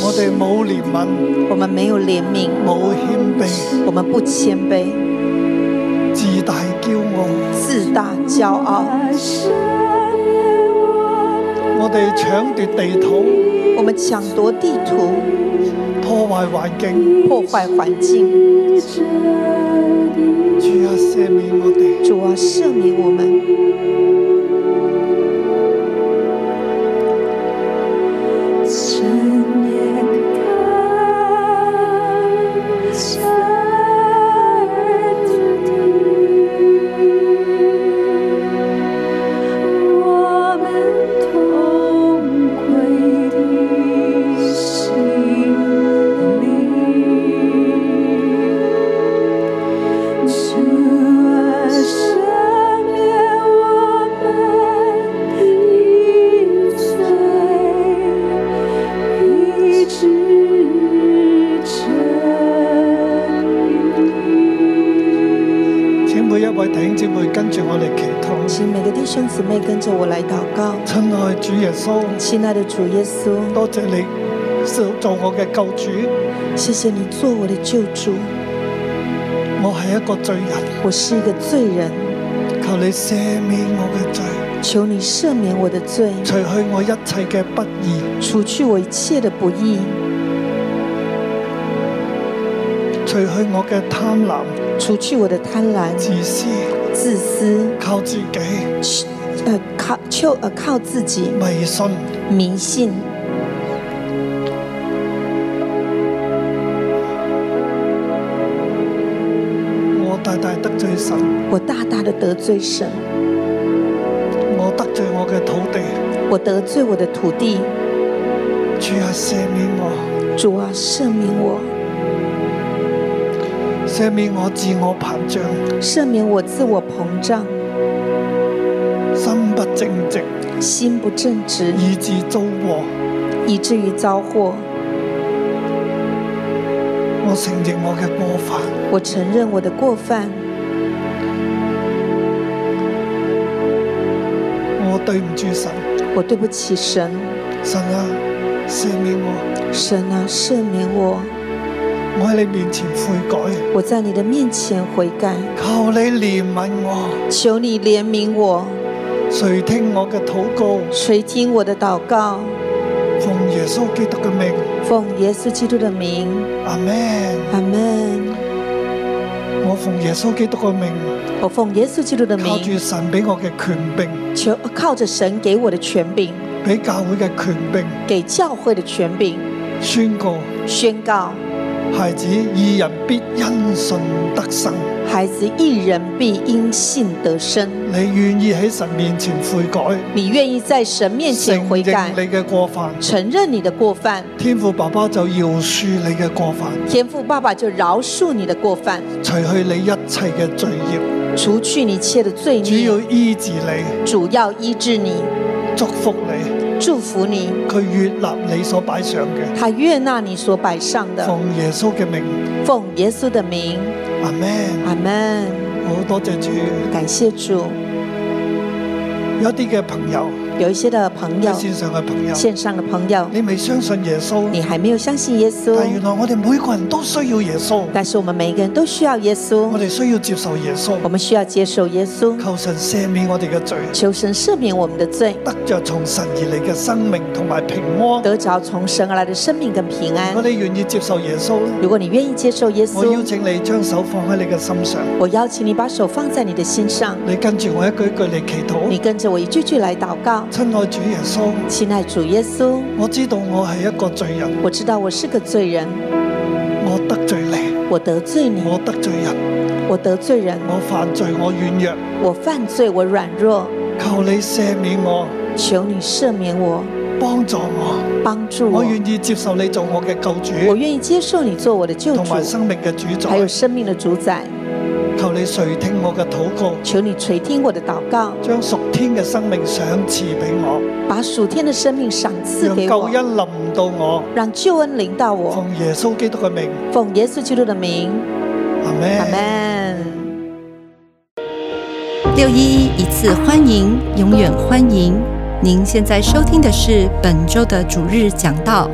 S4: 我哋冇憐憫，
S5: 我们没有怜悯，
S4: 冇謙卑，
S5: 我们不谦卑，
S4: 自大驕傲，
S5: 自大骄傲，
S4: 啊我哋搶奪地土，
S5: 我们搶奪地图，
S4: 破壞環境。
S5: 破坏环境。
S4: 主啊，赦免我哋，
S5: 主啊，赦免我们，
S6: 深夜看下我们同归的心灵，主啊，赦免我们的罪。一直着
S4: 请每一位弟兄姊妹跟住我嚟祈禱。
S5: 请每个弟兄姊妹跟着我来祷告。
S4: 亲爱主耶穌，
S5: 亲爱的主耶稣，
S4: 多謝你做做我嘅救主。
S5: 谢谢你做我的救主，
S4: 我係一個罪人，
S5: 我是一个罪人，
S4: 求你赦免我嘅罪，
S5: 求你赦免我的罪，
S4: 除去我一切嘅不義，
S5: 除去我一切的不义，
S4: 除去我嘅貪婪、
S5: 除去我的贪婪、
S4: 自私、
S5: 自私，
S4: 靠自己、
S5: 呃，靠求呃靠自己、
S4: 迷信。
S5: 迷信。
S4: 我大大得罪神，
S5: 我大大的得罪神，
S4: 我得罪我嘅土地，
S5: 我得罪我的土地，
S4: 主啊赦免我，
S5: 主啊，赦免我，
S4: 赦免我自我膨脹，
S5: 赦免我自我膨胀，
S4: 心不正直，
S5: 心不正直，
S4: 以致遭禍。
S5: 以至于遭祸。
S4: 我承認我嘅過犯，
S5: 我承认我的过犯，
S4: 我對唔住神，
S5: 我对不起神，
S4: 神啊赦免我，
S5: 神啊，赦免我，
S4: 我喺你面前悔改，
S5: 我在你的面前悔改，
S4: 求你憐憫我，
S5: 求你怜悯我，
S4: 垂聽我嘅禱告，
S5: 垂听我的祷告，
S4: 奉耶穌基督嘅名，
S5: 奉耶稣基督的名，
S4: 阿門。
S5: 阿门。
S4: 我奉耶穌基督嘅名，
S5: 我奉耶稣基督的
S4: 靠住
S5: 名，
S4: 神俾我嘅權柄，
S5: 求靠着神给我的权柄，
S4: 俾教會嘅權柄，
S5: 给教会的权柄，
S4: 宣告
S5: 宣告
S4: 孩子二人必因信得生。
S5: 孩子一人必因信得生。
S4: 你願意喺神面前悔改，
S5: 你愿意在神面前
S4: 承
S5: 悔
S4: 認
S5: 改，
S4: 你嘅過犯，
S5: 承认你的过犯，
S4: 天父爸爸就饒恕你嘅過犯。
S5: 天父爸爸就饶恕你的过犯，
S4: 除去你一切嘅罪孽，
S5: 除去你一切的罪
S4: 主要
S5: 孽，
S4: 医治你，
S5: 主要医治你，
S4: 祝福你，
S5: 祝福你。
S4: 佢悦纳你所摆上嘅。
S5: 他悦纳你所摆上的，
S4: 奉耶稣嘅名，
S5: 奉耶稣的名，
S4: 阿门。
S5: 阿门。
S4: 好多谢主。
S5: 感谢主。
S4: 有一啲嘅朋友，
S5: 有一些的朋友
S4: 喺，线上嘅朋友，
S5: 线上的朋友，
S4: 你未相信耶稣，
S5: 你还没有相信耶稣，
S4: 但原来我哋每个人都需要耶稣，
S5: 但是我们每一个人都需要耶
S4: 我
S5: 稣，
S4: 哋需要接受耶稣，
S5: 我们需要接受耶稣，
S4: 求神赦免我哋嘅罪，
S5: 求神赦免我们的罪，
S4: 得着从神而嚟嘅生命同埋平安。
S5: 得着从神而来的生命跟平安
S4: 如果。你愿意接受耶稣咧，
S5: 如果你愿意接受耶
S4: 我邀
S5: 稣，
S4: 请你将手放喺你嘅心上，
S5: 我邀请你把手放在你的心上，
S4: 你跟住我一句一句嚟祈祷
S5: 你。跟着我一句句来祷告。
S4: 亲爱主耶稣，
S5: 亲爱主耶稣，
S4: 我知道我系一个罪人，
S5: 我知道我是个罪人，
S4: 我得罪你，
S5: 我得罪你，
S4: 我得罪人，
S5: 我得罪人，
S4: 我犯罪，我软弱，
S5: 我犯罪，我软弱，
S4: 求你赦免我，
S5: 求你赦免我，
S4: 帮助我，
S5: 帮助
S4: 我
S5: 我。
S4: 愿意接受你做我嘅救
S5: 我
S4: 主，
S5: 愿意接受你做我的救
S4: 同
S5: 主，
S4: 埋生命嘅主
S5: 还
S4: 宰
S5: 有。生命的主宰。
S4: 求你垂听我嘅祷告，
S5: 求你垂听我的祷告，
S4: 将属天嘅生命赏赐俾我，
S5: 把属天的生命赏赐
S4: 让
S5: 给
S4: 救
S5: 我，
S4: 恩临到我。
S5: 让救恩临到我。
S4: 奉耶稣基督嘅名，
S5: 奉耶稣基督的名，
S4: 阿
S5: 阿
S4: 门。
S5: 门。
S1: 六一一一次欢迎，永远欢迎。您现在收听的是本周的主日讲道，